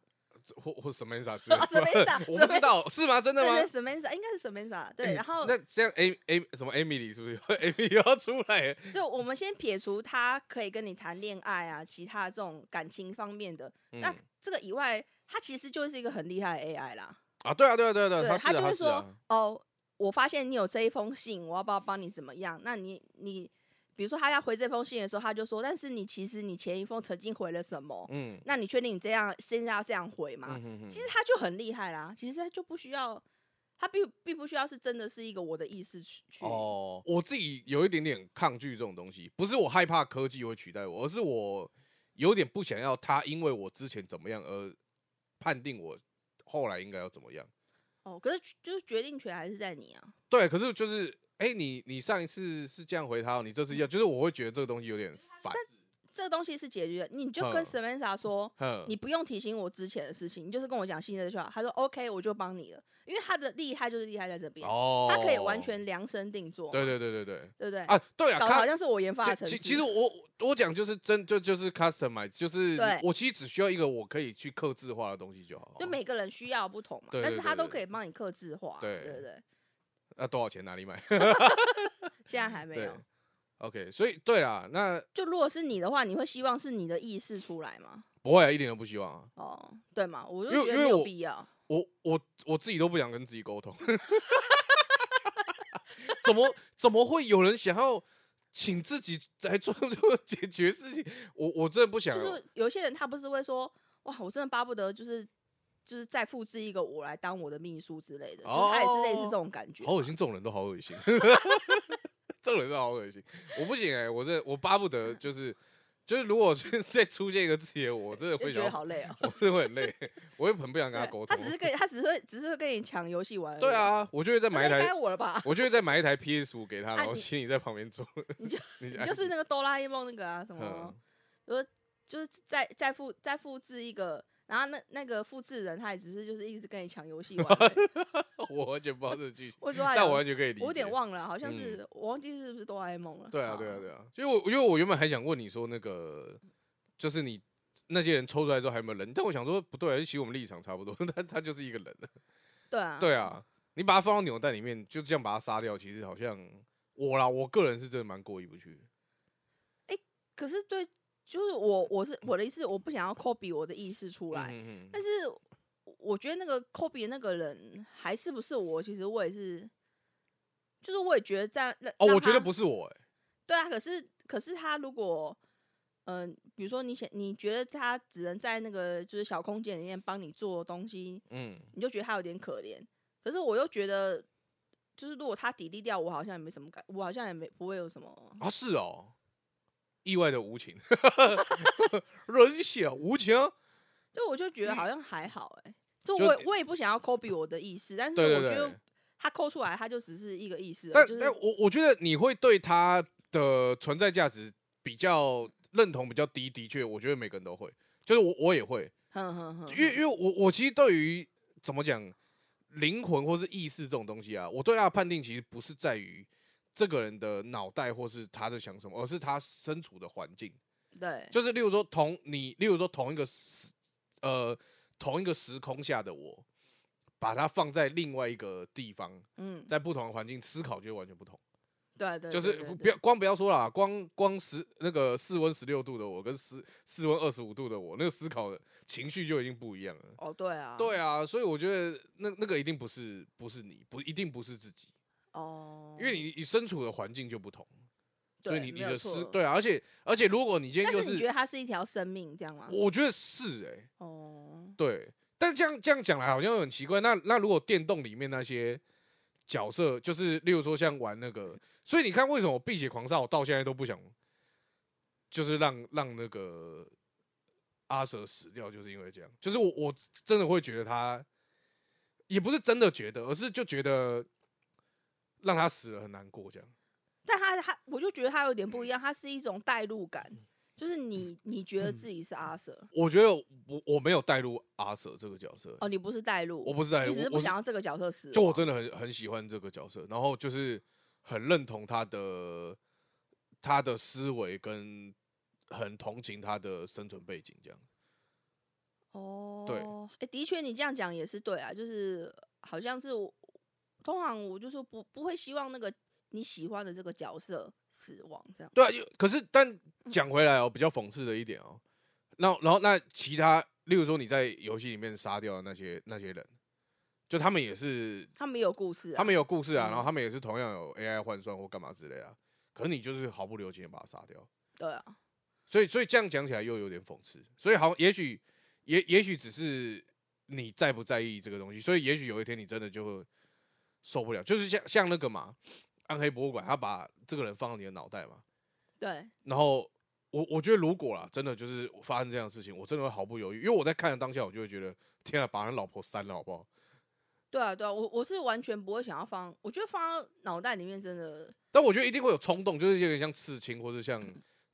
或或什么啥之类
啊
的，
，Teresa，
我不知道是吗？真的吗
对对？，Samantha 应该是 Samantha，对，然后
那这样 A A 什么 Emily 是不是 Emily 又 要出来了？
就我们先撇除他可以跟你谈恋爱啊，其他这种感情方面的，那
嗯
这个以外，他其实就是一个很厉害的 AI 啦。
啊，对啊，对啊，对啊，对啊，
对，
是啊
就
他
会
是
说、
啊
哦，我发现你有这一封信，我要不要帮你怎么样？那你你，比如说他要回这封信的时候，他就说，但是你其实你前一封曾经回了什么？
嗯，
那你确定你这样现在要这样回吗？
嗯哼哼
其实他就很厉害啦，其实他就不需要，他并并不需要是真的是一个我的意思去去。
哦，我自己有一点点抗拒这种东西，不是我害怕科技会取代我，而是我有点不想要它因为我之前怎么样而判定我后来应该要怎么样。
哦，可是就是决定权还是在你啊。
对，可是就是，哎、你你上一次是这样回他哦，你这次要，就是我会觉得这个东西有
啊
点烦，
这个东西是解决的，你就跟
嗯
Samantha 说，
哼，
你不用提醒我之前的事情，你就是跟我讲新的就好。他说 OK，我就帮你了，因为他的厉害就是厉害在这边，
哦，
他可以完，全量身定做嘛，
对对对对对，
对不对？
啊，对啊，
搞得好
他
像是我研发的
其
程
其
式。
其实我我讲就是真就就是 customize，就是
对
我其实只需要一个我可以去克制化的东西就好了，
就每个人需要不同嘛，
对
但
对
是
对
他都
对
可以帮你克制化，
对
对不对？
那、啊多少钱哪里买？
现在还没
对
有。
，OK，所以对啦，那
就如果是你的话，你会希望是你的意识出来吗？
不会啊，一点都不希望啊，
哦，对嘛，我就
因为
觉得
因为
没有
我
必要。
我我我自己都不想跟自己沟通， 怎么怎么会有人想要请自己来做解决事情？我我真的不想
就
啊，
是有些人他不是会说，哇，我真的巴不得就是就是再复制一个我来当我的秘书之类的，就是他也是类似这种感觉。
哦好恶心，这种人都好恶 心，这种人都好恶心，我不行哎、我这我巴不得就是。就是如果 再出现一个自己的我，我真的
就
会
觉
想
得
要，
好累哦、
我真的会很累，我会很不想跟他沟
对啊他
通
只。是跟他只是会只是会跟你抢游戏玩而已。哎
对，啊，我就会再买一台
该我了吧？
我就会再买一台 PS 五给他，
啊
然后
你
请你在旁边坐。
你就
你
你就是那个哆啦 A 梦那个啊，什么
嗯，
就是就是再再复再复制一个，然后那那个复制人他也只是就是一直跟你抢游戏玩而已。
我完全不知道这个剧情，
我说哎
但我完全可以 理解。
我有点，忘了，好像
嗯
是、我忘记是不是哆啦 A 梦了。
对啊，
好
对啊，对啊。因为我因为我原本还想问你说那个，就是你那些人抽出来之后还有没有人？但我想说不对啊，其实我们立场差不多， 他他就是一个人。
对啊，
对啊，你把他放到扭蛋里面，就这样把他杀掉，其实好像我啦，我个人是真的蛮过意不去的。
可是对，就是我我是我的意思，我不想要 copy 我的意识出来，
嗯嗯嗯嗯
但是我觉得那个 copy 的那个人还是不是我，其实我也是，就是我也觉得在
哦，我觉得
不。
不是我哎、
对啊，可是可是他如果，嗯、比如说你想，你觉得他只能在那个就是小空间里面帮你做东西，
嗯，
你就觉得他有点可怜。可是我又觉得，就是如果他抵力掉，我好像也没什么感，我好像也没不会有什么。
啊是哦，意外的无情， 人血无情。啊
就我就觉得好像还好哎、就
就
我也我也不想要 copy 我的意思，但是
对对
我觉
对
得他抠出来，他就只是一个意思而
但
已，就是
但我我觉得你会对他的存在价值比较认同比较低，的确，我觉得每个人都会，就是我我也会，
哼哼嗯哼，
因为因为我我其实对于怎么讲灵魂或是意识这种东西啊，我对他的判定其实不是在于这个人的脑袋或是他在想什么，而是他身处的环境。
对
就是例如说同你，例如说同一个时呃同一个时空下的我，把它放在另外一个地方，
嗯
在不同的环境思考就会完全不同。
对对，
就是
对对
不要光不要说啦，光光十那个室温十六度的我跟室室温二十五度的我，那个思考的情绪就已经不一样了。
哦对啊
对啊，所以我觉得那那个一定不是不是你，不一定不是自己，
哦，
因为你你身处的环境就不同，所以你
对
你
没有
的思
错
对啊，而且而且如果你今天
但
就是
你觉得它是一条生命，这样吗？
我觉得是哎、
哦，
对，但这样这样讲来好像很奇怪。那那如果电动里面那些角色，就是例如说像玩那个，所以你看为什么《碧血狂杀》我到现在都不想，就是让让那个阿蛇死掉，就是因为这样。就是我我真的会觉得他，也不是真的觉得，而是就觉得让他死了很难过这样。
但它它，我就觉得它有点不
嗯
一样，它是一种代入感，就是你你觉
嗯
得自己是阿 Sir，
我觉得我我没有带入阿蛇这个角色，
哦，你不是代入，
我不是带入，
你只是
我
不想要这个角色死亡，
就我真的很很喜欢这个角色，然后就是很认同他的他的思维，跟很同情他的生存背景这样。
哦，
对
哎、的确你这样讲也是对啊，就是好像是我通常我就说不不会希望那个你喜欢的这个角色死亡这样，
对啊，又可是但
嗯
讲回来哦，比较讽刺的一点哦，那然后那其他，例如说你在游戏里面杀掉的那些那些人，就他们也是
他们也有故事、啊，
他们有故事啊，
嗯
然后他们也是同样有 AI 换算或干嘛之类啊，可是你就是毫不留情的把他杀掉。
对啊，
所以所以这样讲起来又有点讽刺，所以好，也许也也许只是你在不在意这个东西，所以也许有一天你真的就会受不了，就是像像那个嘛，暗黑博物馆，他把这个人放到你的脑袋嘛，
对，
然后我我觉得如果啦，真的就是发生这样的事情，我真的会毫不犹豫，因为我在看的当下，我就会觉得天啊，把人老婆删了好不好？
对啊，对啊，我我是完全不会想要放，我觉得放到脑袋里面真的
但我觉得一定会有冲动，就是有点像刺青，或者像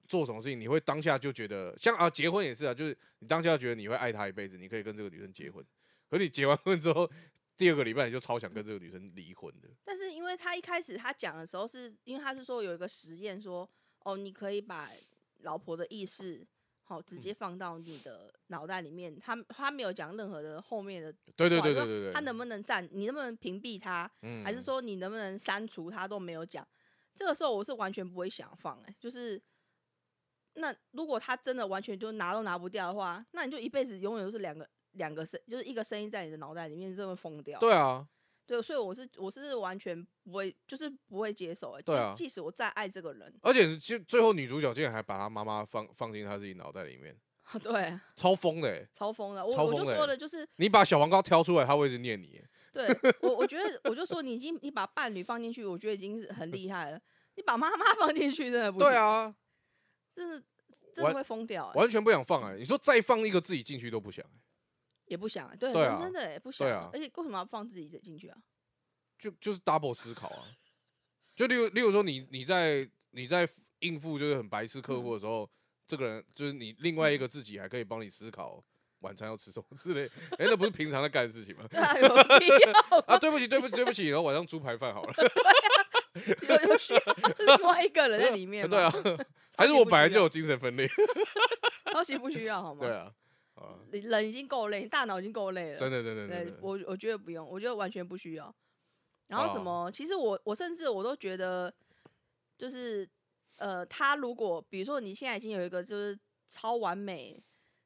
做什么事情，你会当下就觉得，像啊结婚也是啊，就是你当下觉得你会爱她一辈子，你可以跟这个女生结婚，可你结完婚之后，第二个礼拜你就超想跟这个女生离婚的。
但是因为他一开始他讲的时候是，因为他是说有一个实验说，哦，你可以把老婆的意识好、直
嗯
接放到你的脑袋里面，他他没有讲任何的后面的话，
对对对对
就是
对对，
他能不能占，你能不能屏蔽他，
嗯
还是说你能不能删除他都没有讲。这个时候我是完全不会想放、哎，就是。那如果他真的完全就拿都拿不掉的话，那你就一辈子永远都是两个两个声，就是一个声音在你的脑袋里面，这么疯掉。
对啊，
对，所以我是我是完全不会，就是不会接受、欸。
对啊
即即使我再爱这个人，
而且就最后女主角竟然还把她妈妈放放进她自己脑袋里面，
对，啊
超疯的、欸。
超疯了。我
超
我就
疯的
说
欸
了，就是
你把小黄瓜挑出来，她会一直念你欸、
对我我觉得我就说你已经你把伴侣放进去，我觉得已经是很厉害了。你把妈妈 放进去，真的不
对
行，
啊，
真的真
完
的会疯掉、欸，
完全不想放哎、你说再放一个自己进去都不想、欸，
也不想、欸，对，
对
人
啊
真的、欸、不想、
啊
而且为什么要放自己的进去啊？
就就是 double 思考啊。就例如例如说你你在你在应付就是很白痴客户的时
嗯
候，这个人就是你另外一个自己还可以帮你思考晚餐要吃什么之类，哎、那不是平常在干的事情吗？
对啊，有必要
啊，对不起对不起对不起，然后晚上猪排饭好了，
有有需要 另外一个人在里 面吗？
对啊，
超
还是
级不需要，
我本来就有精神 分裂，
超级不需要好吗？
对啊，啊，
人人已经够累，大脑已经够累了，
真的真的真
对
的，
我我觉得不用，我觉得完全不需要。然后什
哦
么？其实我我甚至我都觉得，就是呃，他如果比如说你现在已经有一个就是超完美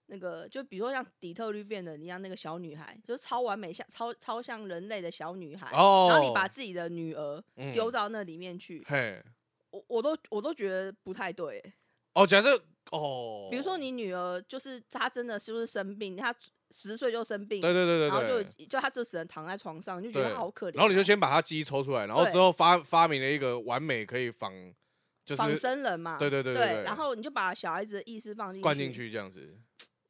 那个，就比如说像底特律变的一样那个小女孩，就是超完美像超超像人类的小女孩，
哦，
然后你把自己的女儿
嗯
丢到那里面去，
嘿，
我我都我都觉得不太对欸、
哦，假设哦，
比如说你女儿就是她真的是不是生病，她十岁就生病，
对对对对对，
然后就已就她就只能躺在床上，你就觉得
对
她好可怜哦。
然后你就先把它记忆抽出来，然后
对
之后发发明了一个完美可以仿，就
仿
是
生人嘛，
对对对对对
然后你就把小孩子的意识放进
灌进。去这样子。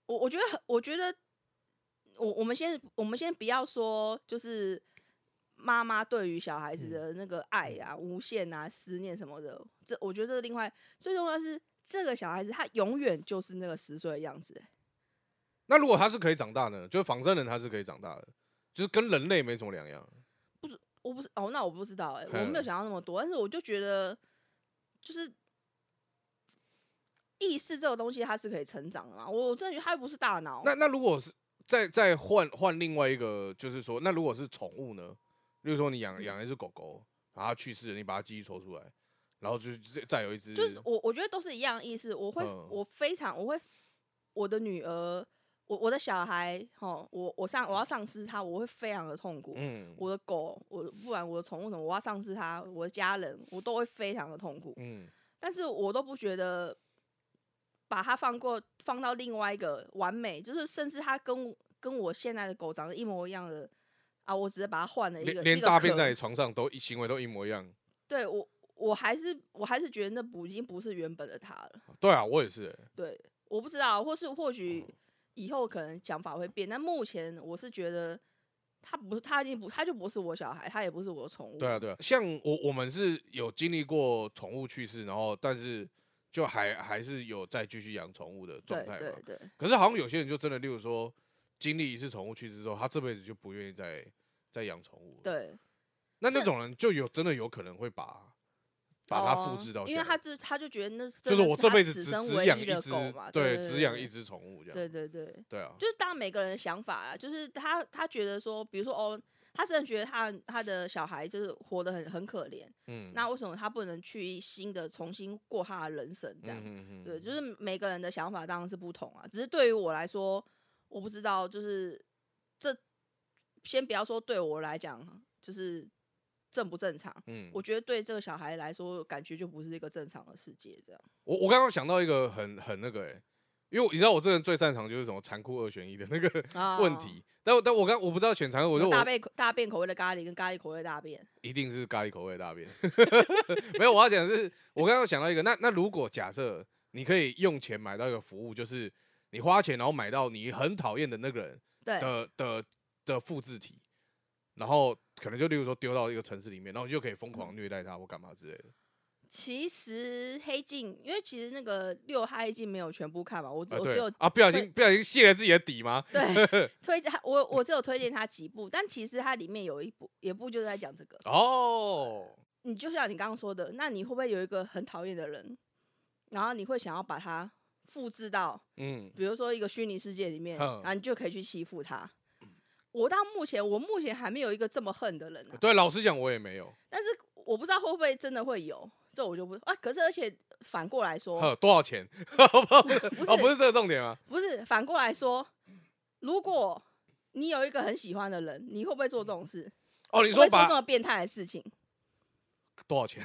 我我觉得很，我觉得，我我们先我们先不要说，就是妈妈对于小
嗯
孩子的那个爱啊、无限啊、思念什么的，这我觉得这是另外最重要的是这个小孩子他永远就是那个十岁的样子、欸
那如果它是可以长大的呢，就是仿生人它是可以长大的，就是跟人类没什么两样。
我不是哦，那我不知道哎、
嘿
我没有想到那么多，但是我就觉得就是。意识这种东西，它是可以成长的嘛？我我真的觉得它又不是大脑。
那那如果是再再换换另外一个，就是说，那如果是宠物呢？例如说你养
嗯
养了一只狗狗，然后它去世了，你把它记忆抽出来，然后就再再有一只，
就是我我觉得都是一样的意思。我会、
嗯
我非常我会我的女儿，我我的小孩，哈，我我上我要丧失他，我会非常的痛苦。
嗯
我的狗，我不管我的宠物什么，我要丧失它，我的家人，我都会非常的痛苦。
嗯，
但是我都不觉得把它放过放到另外一个完美，就是甚至它跟我跟我现在的狗长得一模一样的啊，我只是把它换了一个
连
一
连
个
大便
壳
在你床上都一行为都一模一样。
对我我还是我还是觉得那不已经不是原本的它了。
对啊，我也是、欸，
对，我不知道，或是或
哦
许以后可能想法会变，但目前我是觉得他不，他已经不，他就不是我小孩，他也不是我的宠物。
对啊，对啊，像我我们是有经历过宠物去世，然后但是就还还是有再继续养宠物的状
对
态
对
嘛。
对
可是好像有些人就真的，例如说经历一次宠物去世之后，他这辈子就不愿意再再养宠物。，
对，
那那
这
种人就有真的有可能会把把它复
哦
制到下一
因
代，
为他只他就觉得那是
就
真
是
的
我
是
这
他
辈子
此
只
生
只
唯
养
一
一
的
只
狗嘛，，
对，
对，
只养一。只宠物这
对
样。
对对，
对啊，
就是当然每个人的想法啦，就是他他觉得说，比如说哦，他真的觉得他他的小孩就是活得很很可怜，
嗯，
那为什么他不能去新的重新过他的人生这样？
嗯
对，就是每个人的想法当然是不同啊。只是对于我来说，我不知道，就是这先不要说对我来讲，就是正不正常。
嗯，
我觉得对这个小孩来说，感觉就不是一个正常的世界。这样，
我我刚刚想到一个很很那个哎、因为我你知道我这人最擅长就是什么残酷二选一的那个
啊
问题。但我但我刚我不知道选残酷，我说
大
我
便大便口味的咖喱跟咖喱口味的大便，
一定是咖喱口味的大便。 没有，我要讲的是，我刚刚想到一个，那那如果假设你可以用钱买到一个服务，就是你花钱然后买到你很讨厌的那个人
对
的的的复制体，然后可能就例如说丢到一个城市里面，然后你就可以疯狂虐待它或干嘛之类的。
其实黑镜，因为其实那个六黑镜没有全部看嘛，我
啊，
我只
对
有
啊，不小
对
心不小心泄了自己的底吗？
对推他我我只有推荐他几部，但其实它里面有一部有一部就是在讲这个。
哦，
你就像你刚刚说的，那你会不会有一个很讨厌的人，然后你会想要把他复制到，
嗯，
比如说一个虚拟世界里面，
哼
然后你就可以去欺负他。我到目前，我目前还没有一个这么恨的人啊，
呃对，老实讲我也没有，
但是我不知道会不会真的会有，这我就不啊。可是而且反过来说，
呵，多少钱？
哦不是、
哦，不是这个重点吗？
不是，反过来说，如果你有一个很喜欢的人，你会不会做这种事？
哦，你
你
说
做这
把
么变态的事情？
多少钱？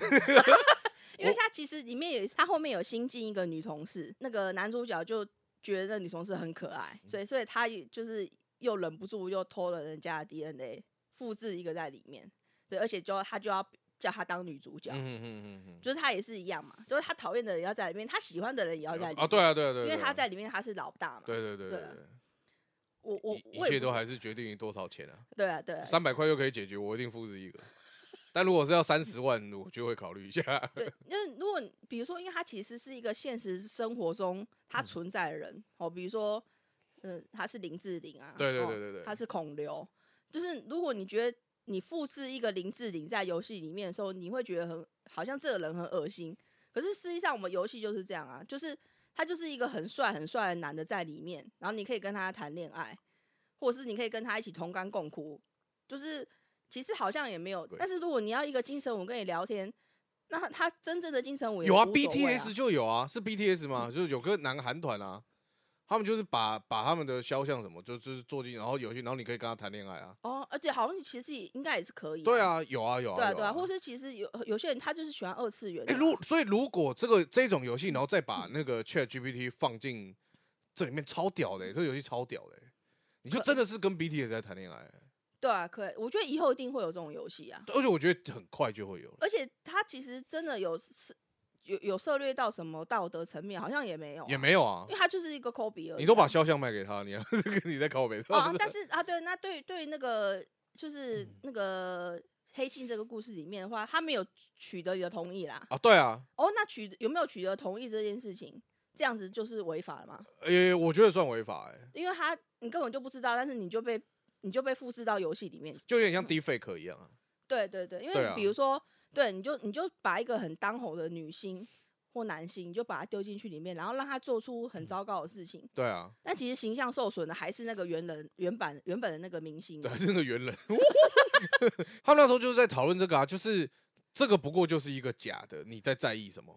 因为他其实里面有他后面有新进一个女同事，那个男主角就觉得那女同事很可爱，
嗯
所以所以他也就是又忍不住又偷了人家的 DNA，复制一个在里面，对，而且就他就要叫她当女主角，
嗯嗯嗯
就是他也是一样嘛，就是他讨厌的人要在里面，他喜欢的人也要在里面，
啊，对啊，对啊，对啊，
因为
对啊
他在，里面他是老大嘛，
对对对
对
对
啊
对，
我我
一
我
一
也
切
不
都
是
还是决定于多少钱啊，
对啊对啊，
三百块就可以解决，我一定复制一个。但如果是要三十万，我就会考虑一下。
对，因为如果你比如说，因为他其实是一个现实生活中
嗯
他存在的人、哦，比如说，嗯、他是林志玲啊，
对对
哦
对对对
他是孔刘，就是如果你觉得你复制一个林志玲在游戏里面的时候，你会觉得很好像这个人很恶心，可是实际上我们游戏就是这样啊，就是他就是一个很帅很帅的男的在里面，然后你可以跟他谈恋爱，或者是你可以跟他一起同甘共苦，就是其实好像也没有，
对
但是如果你要一个精神我跟你聊天。那他真正的精神我也
有啊
无所谓啊
，BTS 就有啊，是 BTS 吗？就是有个男韩团啊，他们就是把把他们的肖像什么，就就是做进，然后有些，然后你可以跟他谈恋爱啊。
哦，而且好像其实也应该也是可以、
对，啊，有啊，有啊，
对啊，
有
对啊，或是其实有有些人他就是喜欢二次元、啊
哎，如所以如果这个这种游戏，然后再把那个 Chat GPT 放进这里面，超屌的欸，这个游戏超屌的欸，你就真的是跟 BTS 在谈恋爱欸，
对啊，可以，我觉得以后一定会有这种游戏啊，
而且我觉得很快就会有了。
而且他其实真的有涉有有涉猎到什么道德层面，好像也没有啊、
也没有啊
因为，他就是一个抠鼻而已啊、
你都把肖像卖给他，你还 是跟你在靠北。
啊，但是啊，对，那对对那个就是
嗯
那个黑镜这个故事里面的话，他没有取得你的同意啦。
啊，对啊，
哦，那取有没有取得同意这件事情，这样子就是违法了吗？
诶，呃我觉得算违法，哎，
因为他你根本就不知道，但是你就被你就被复制到游戏里面。
就有点像 Deepfake 一样啊。
对对对，因
对
为
啊
比如说，对,、你就你就把一个很当红的女星或男星，你就把他丢进去里面，然后让他做出
嗯
很糟糕的事情，
对啊，
但其实形象受损的还是那个原人原版原本的那个明星啊嘛。
对，是那个猿人。 他们那时候就是在讨论这个啊，就是这个不过就是一个假的，你在在意什么？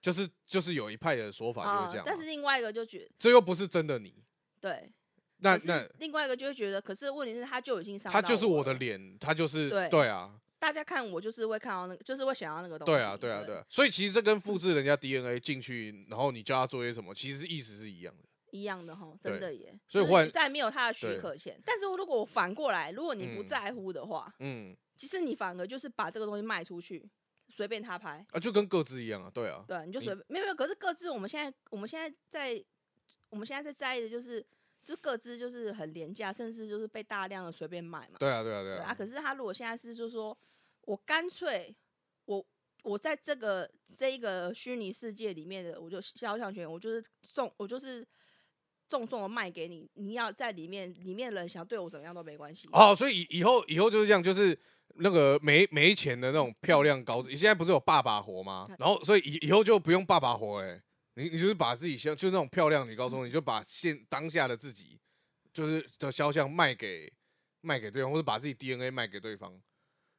就是就是有一派的说法就是这样嘛、
啊哦
啊
但是另外一个就觉
这又不是真的你。
对，
那
可是
那
另外一个就会觉得，可是问题是他就已经伤到
他就是我
我
的
了，
脸，他就是
对
对啊，
大家看我就是会看到那个，就是会想要那个东西。
对啊，对啊，对啊。所以其实这跟复制人家 DNA 进去，然后你叫他做些什么，其实意思是一样的。
一样的哈，真
对
的耶。
所以
就是
忽然
你在没有他的许
对
可前，但是如果我反过来，如果你不
嗯
在乎的话，
嗯
其实你反而就是把这个东西卖出去，随便他拍，
啊，就跟各自一样啊，对啊，
对，你就
你
随便没有没有。可是各自我们现在我们现在在我们现在在在意的就是，就各自就是很廉价，甚至就是被大量的随便卖嘛。
对啊，对啊，对
对
啊。
啊，可是他如果现在是就说，我干脆我我在这个这一个虚拟世界里面的，我就肖像权，我就是重我就是重重的卖给你，你要在里面里面的人想对我怎么样都没关系。
哦，所以以以后以后就是这样，就是那个没没钱的那种漂亮高，你现在不是有爸爸活吗？然后所以以以后就不用爸爸活、欸，你你就是把自己像就那种漂亮女高中，你就把现当下的自己就是的肖像卖给卖给对方，或者把自己 DNA 卖给对方，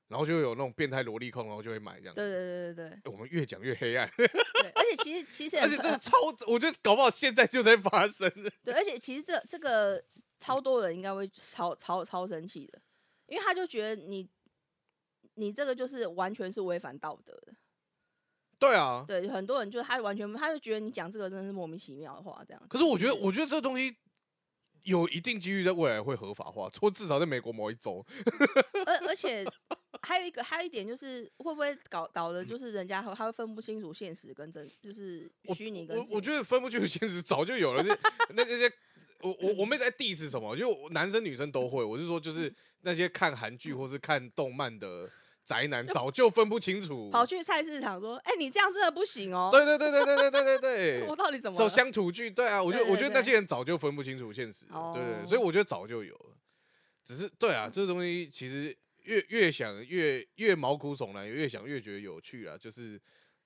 然后就有那种变态萝莉控，然后就会买这样子。
对对对对对
欸我们越讲越黑暗，
对，而且其实其实
而
很
且
可
这个超，我觉得搞不好现在就在发生。
对，而且其实这这个超多人应该会超超超生气的，因为他就觉得你你这个就是完全是违反道德的。
对啊，
对，很多人就他完全他就觉得你讲这个真的是莫名其妙的话，这样。
可是我觉得，
就是
我觉得这东西有一定几率在未来会合法化，或至少在美国某一州。
而而且还有一个还有一点就是，会不会搞搞的，就是人家会他会分不清楚现实跟真，就是
我
虚拟跟
我我
现实
觉得分不清楚现实早就有了，那那那些我我我没在 diss 什么，就我男生女生都会。我是说，就是那些看韩剧或是看动漫的宅男，早就分不清楚。
跑去菜市场说：“哎、你这样真的不行哦。
对对对对对对对对对，
我到底怎么
这
了？
乡土剧，对啊，我觉得
对对
我觉得那
对
些人早就分不清楚现实了，
哦
对对，对所以我觉得早就有了，只是对啊，这东西其实越越想越越毛骨悚然，越想越觉得有趣啊，就是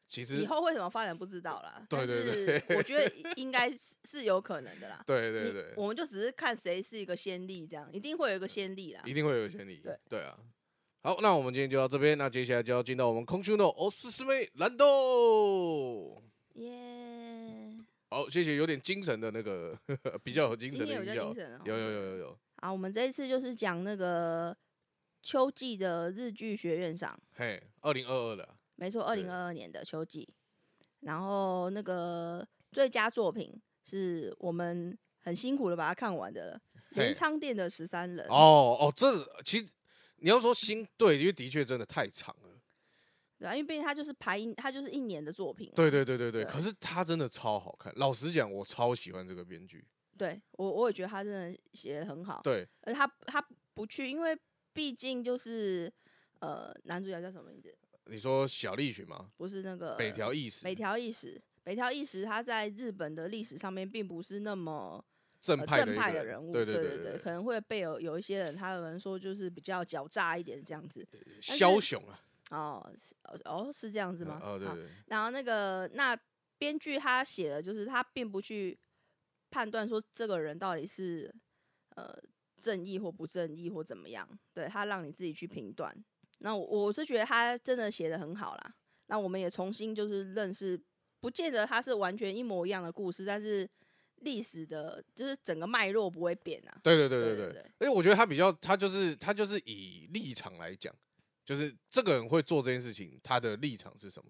其实
以后会怎么发展不知道啦。
对对
但是我觉得应该是是有可能的啦。
对
你
对对，嗯
我们就只是看谁是一个先例，这样一定会有一个先例啦。
一定会有先例。
对
对啊，好，那我们今天就到这边，那接下来就要进到我们空虚诺哦四师妹蓝豆。
耶！
好，谢谢有点精神的那个， 比较有精
今
神的
天有
音
叫
效
精，神哦。
有有有有有，
啊，我们这一次就是讲那个秋季的日剧学院赏，
嘿，二零二二的，
没错，二
对
零二二年的秋季。然后那个最佳作品是我们很辛苦的把它看完的了，《
嘿
镰仓店的十三人》。
哦哦，这其实你要说新对，因为的确真的太长了，
对啊，因为毕竟它就是排一，它就是一年的作品啊。
对对对对对，
对
可是它真的超好看，老实讲，我超喜欢这个编剧，
对我我也觉得他真的写的很好。
对，
而呃他他不去，因为毕竟就是呃，男主角叫什么名字？
你说小栗旬吗？
不是那个
北条意识
北，条义时，北条义时他在日本的历史上面并不是那么
正
呃
派的
正
一
派
个
人物，
对
对
对
可能会被有有一些人，他有人说就是比较狡诈一点这样子。
对，
是
枭雄啊，
哦是哦哦，是这样子吗？
哦对
好
对，
然后那个那编剧他写的就是他并不去判断说这个人到底是呃正义或不正义或怎么样，对他让你自己去评断。那我我是觉得他真的写的很好啦。那我们也重新就是认识，不见得他是完全一模一样的故事，但是历史的就是整个脉络不会变啊。
对对对对
对
对
对对。
哎，我觉得他比较，他就是他就是以立场来讲，就是这个人会做这件事情，他的立场是什么？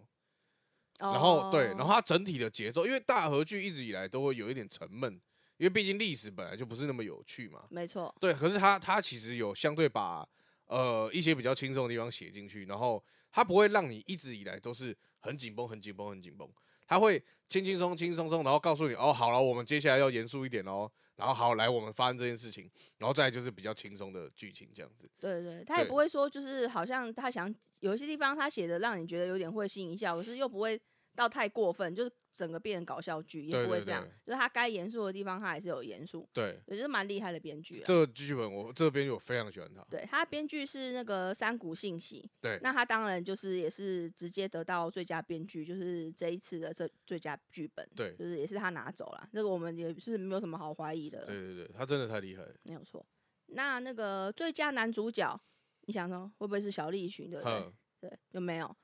然后对，
哦
然后它整体的节奏，因为大和剧一直以来都会有一点沉闷，因为毕竟历史本来就不是那么有趣嘛。
没错，
对，可是它它其实有相对把呃一些比较轻松的地方写进去，然后它不会让你一直以来都是很紧绷、很紧绷、很紧绷，它会轻轻松、轻松松，然后告诉你哦，好了，我们接下来要严肃一点哦，然后好来我们发生这件事情，然后再来就是比较轻松的剧情这样子。
对对，他也
对
不会说就是好像他想有一些地方他写的让你觉得有点会心一笑，可是又不会到太过分，就是整个变成搞笑剧也
对
不会
对
这样，
对
就是他该严肃的地方他还是有严肃，
对，
也就是蛮厉害的编剧啊。
这个剧本我这边我非常喜欢它。
对他编剧是那个山谷信息，
对
那他当然就是也是直接得到最佳编剧，就是这一次的这最佳剧本，
对
就是也是他拿走了，这个我们也是没有什么好怀疑的，
对对对，他真的太厉害了。
没有错。那那个最佳男主角，你想说会不会是小栗旬，对不对？
嗯，
对，有没有？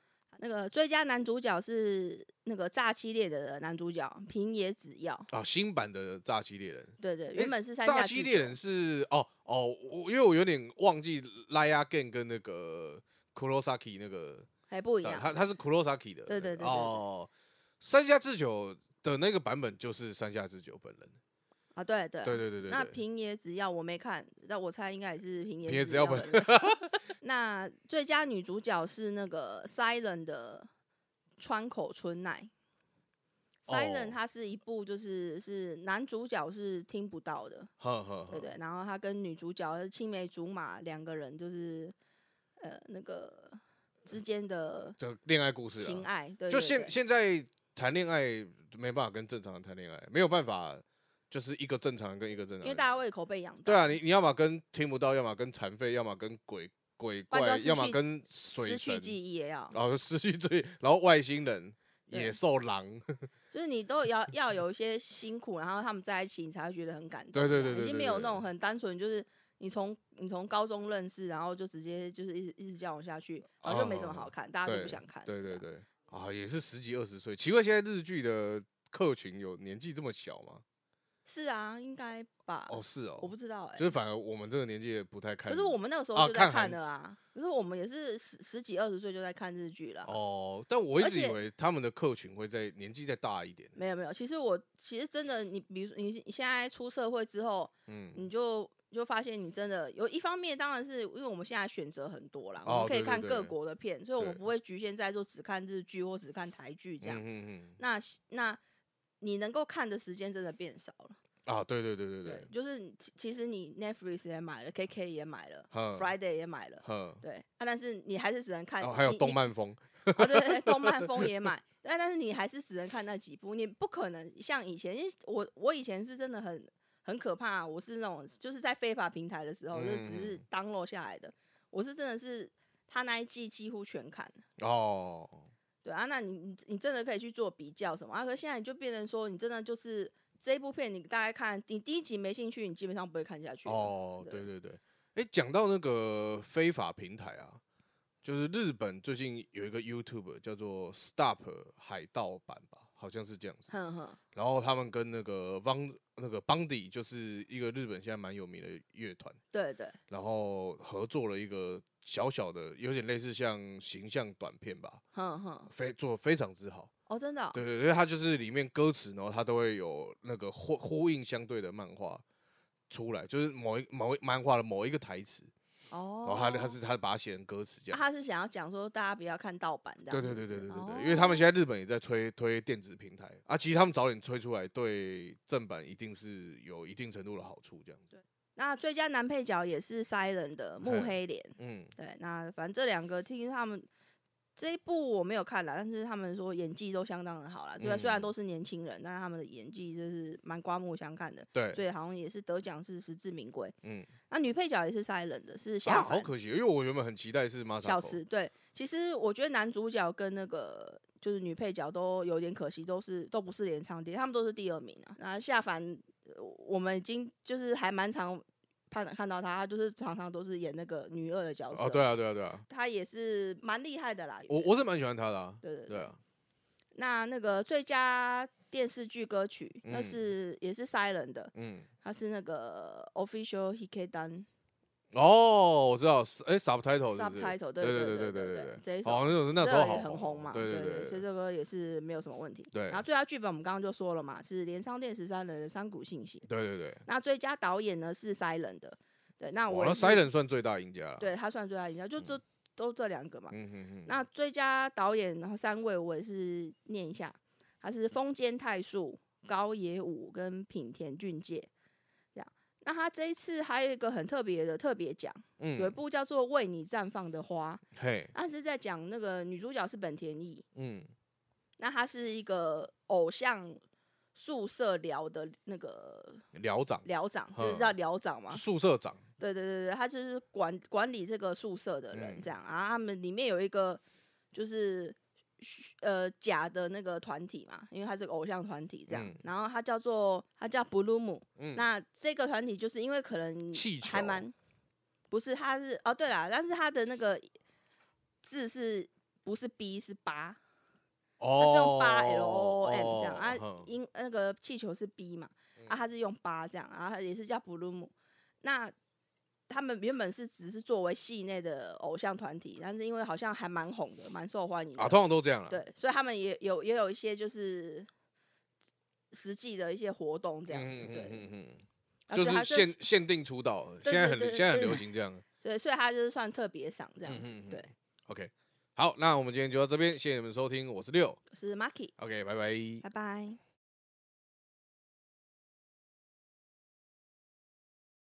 那个最佳男主角是那个《炸欺列》的男主角平野紫耀，
啊，新版的《炸鸡猎人》。
对对，
诶
原本是三
炸
下
西
之
猎人是哦哦，我因为我有点忘记 Laya Gang 跟那个 Kurosaki 那个，
还哎不一
呃他
样，
他是 Kurosaki 的那个，
对对对对对
哦，山下智久的那个版本就是山下智久本人，
啊，对对
对对对对，
那
对
平野紫耀我没看，但我猜应该也是平
平野
野
紫
耀
耀
本人。 那最佳女主角是那个 Silent 的川口春奈。
哦
Silent 它是一部就是是男主角是听不到的，
呵呵
对
呵，
对，然后他跟女主角是青梅竹马，两个人就是呃那个之间的
这恋爱故事
情
啊，
爱，对
就
对
现
对
现在谈恋爱没办法跟正常人谈恋爱，没有办法，就是一个正常人跟一个正常
因为
人
大，家胃口被养大，
对啊，你你要么跟听不到，要么跟残废，要么跟鬼鬼
不然就
怪，
失
要么
去
跟水
失去
神。
记忆也要，
然后哦失去最，然后外星人、
对
野兽、狼，
就是你都要要有一些辛苦，然后他们在一起，你才会觉得很感动。
对对
这
对
样
对
已经
对
没有那
对
种很单纯，就是你从你从高中认识，然后就直接就是一直一直交往下去，然后就没什么好看，大家都不
哦对
想看。
对
这
对
样，
对，啊，也是十几二十岁。奇怪，现在日剧的客群有年纪这么小吗？
是啊，应该吧？
哦，是哦，
我不知道哎、
就是反而我们这个年纪也不太看
可
日。
是我们那个时
啊
候就
看
在看
韩
的啊，可是我们也是十十几二十岁就在看日剧了。
哦，但我一
而
直以
且
为他们的客群会在年纪再大一点。
没有没有，其实我其实真的，你比如你你现在出社会之后，
嗯，
你就你就发现你真的有一方面，当然是因为我们现在选择很多啦，
哦
我们可以
对对
看
对
各国的片，所以我
对
们不会局限在说只看日剧或只看台剧这样。
嗯嗯嗯，
那那你能够看的时间真的变少了，
啊，对对对对
对
对，，
就是你其其实你 Netflix 也买了，KK 也买了
哼
，Friday 也买了，
哼，
对啊，但是你还是只能看。
然后还有
你
动漫风，
哦，对对，对，动漫风也买，但但是你还是只能看那几部，你不可能像以前，因为我我以前是真的很很可怕、啊我是那种就是在非法平台的时候，就是只是
嗯
download 下来的，我是真的是他那一季几乎全看，
哦，
对啊，那你你你真的可以去做比较什么啊？可是现在你就变成说，你真的就是这一部片，你大概看你第一集没兴趣，你基本上不会看下去了。
哦，
对
对对对，哎，讲到那个非法平台啊，就是日本最近有一个 YouTube 叫做 Stop 海盗版吧，好像是这样子。
哼哼，
然后他们跟那个邦那个邦迪就是一个日本现在蛮有名的乐团，
对对，
然后合作了一个小小的，有点类似像形象短片吧，
哼哼，
非做得非常之好。
哦，真的哦、
对对，因为它就是里面歌词，然后它都会有那个呼呼应相对的漫画出来，就是某一某一漫画的某一个台词，
哦，
然后他他是他把它写成歌词这样。
啊他是想要讲说大家不要看盗版这
对
样。哦
对对对
是不
对
是
对对，因为他们现在日本也在推推电子平台啊，其实他们早点推出来，对正版一定是有一定程度的好处，这样子。
那最佳男配角也是 Silent 的木
嘿
黑莲，
嗯，
对，那反正这两个听他们这一部我没有看啦，但是他们说演技都相当的好啦。对、虽然
嗯
都是年轻人，但是他们的演技就是蛮刮目相看的，所
对，啊
以好像也是得奖是实至名归。
嗯，
那女配角也是 Silent 的，是夏
啊，好
凡、
可惜，因为我原本很期待是马
小
萨
池。对，其实我觉得男主角跟那个就是女配角都有点可惜，都是都不是连唱第，他们都是第二名啊。然后夏凡，呃我们已经就是还蛮常看看到他，他就是常常都是演那个女二的角色。
哦，对啊，对啊，对啊，
他也是蛮厉害的啦。
我我是蛮喜欢他的啊，
对对
对啊，
那那个最佳电视剧歌曲，那
嗯
是也是 Silent 的，
嗯，
他是那个 Official Hikedan
哦，我知道，哎，subtitle 是不是？
subtitle，对
对
对
对对
对对
对，
这一首
哦，那种是那时候
这
好
也很红嘛，
对
对
对
所以这个也是没有什么问题。
对
然后最佳剧本我们刚刚就说了嘛，是镰仓殿十三人的山谷信息。
对对对，
那最佳导演呢是 Silent 的，对，那我
哦哇，那
也是
Silent 算最大赢家了，，
对他算最佳赢家，就这、都这两个嘛。
嗯哼哼，
那最佳导演，然后三位我也是念一下，他是丰间泰树、高野武跟品田俊介这样。那他这一次还有一个很特别的特别奖，有一
嗯，
部叫做《为你绽放的花》，
嘿，
他是在讲那个女主角是本田翼，
嗯，
那她是一个偶像宿舍寮的那个
寮长、
寮长，就是
哼
叫寮长嘛，
宿舍长，
对对对对，他就是管管理这个宿舍的人
嗯
这样、啊。他们里面有一个就是虚呃假的那个团体嘛，因为他是个偶像团体这样。
嗯
然后他叫做他叫 Bloom，、
嗯，
那这个团体就是因为可能
气
还
球
蛮不是，他是哦对啦，但是他的那个字是不是 B 是八，他是用八 L O O M 这样、啊
哦，哼
英那个气球是 B 嘛，啊，他是用八这样，啊，它也是叫 Bloom。那他们原本是只是作为系内的偶像团体，但是因为好像还蛮红的，蛮受欢迎的，
啊，通常都这样了，
对，所以他们也有也有一些就是实际的一些活动这样子，
嗯
对，
嗯嗯
啊
嗯，就
所以他
是限限定出道，
对
现在
对
很
对
现在很
对
流行这样。
对，所以他就是算特别赏这样子，
嗯嗯嗯
对，
OK，好，那我们今天就到这边，谢谢你们收听，我是六
是 Marky，
，OK，拜拜。
拜拜。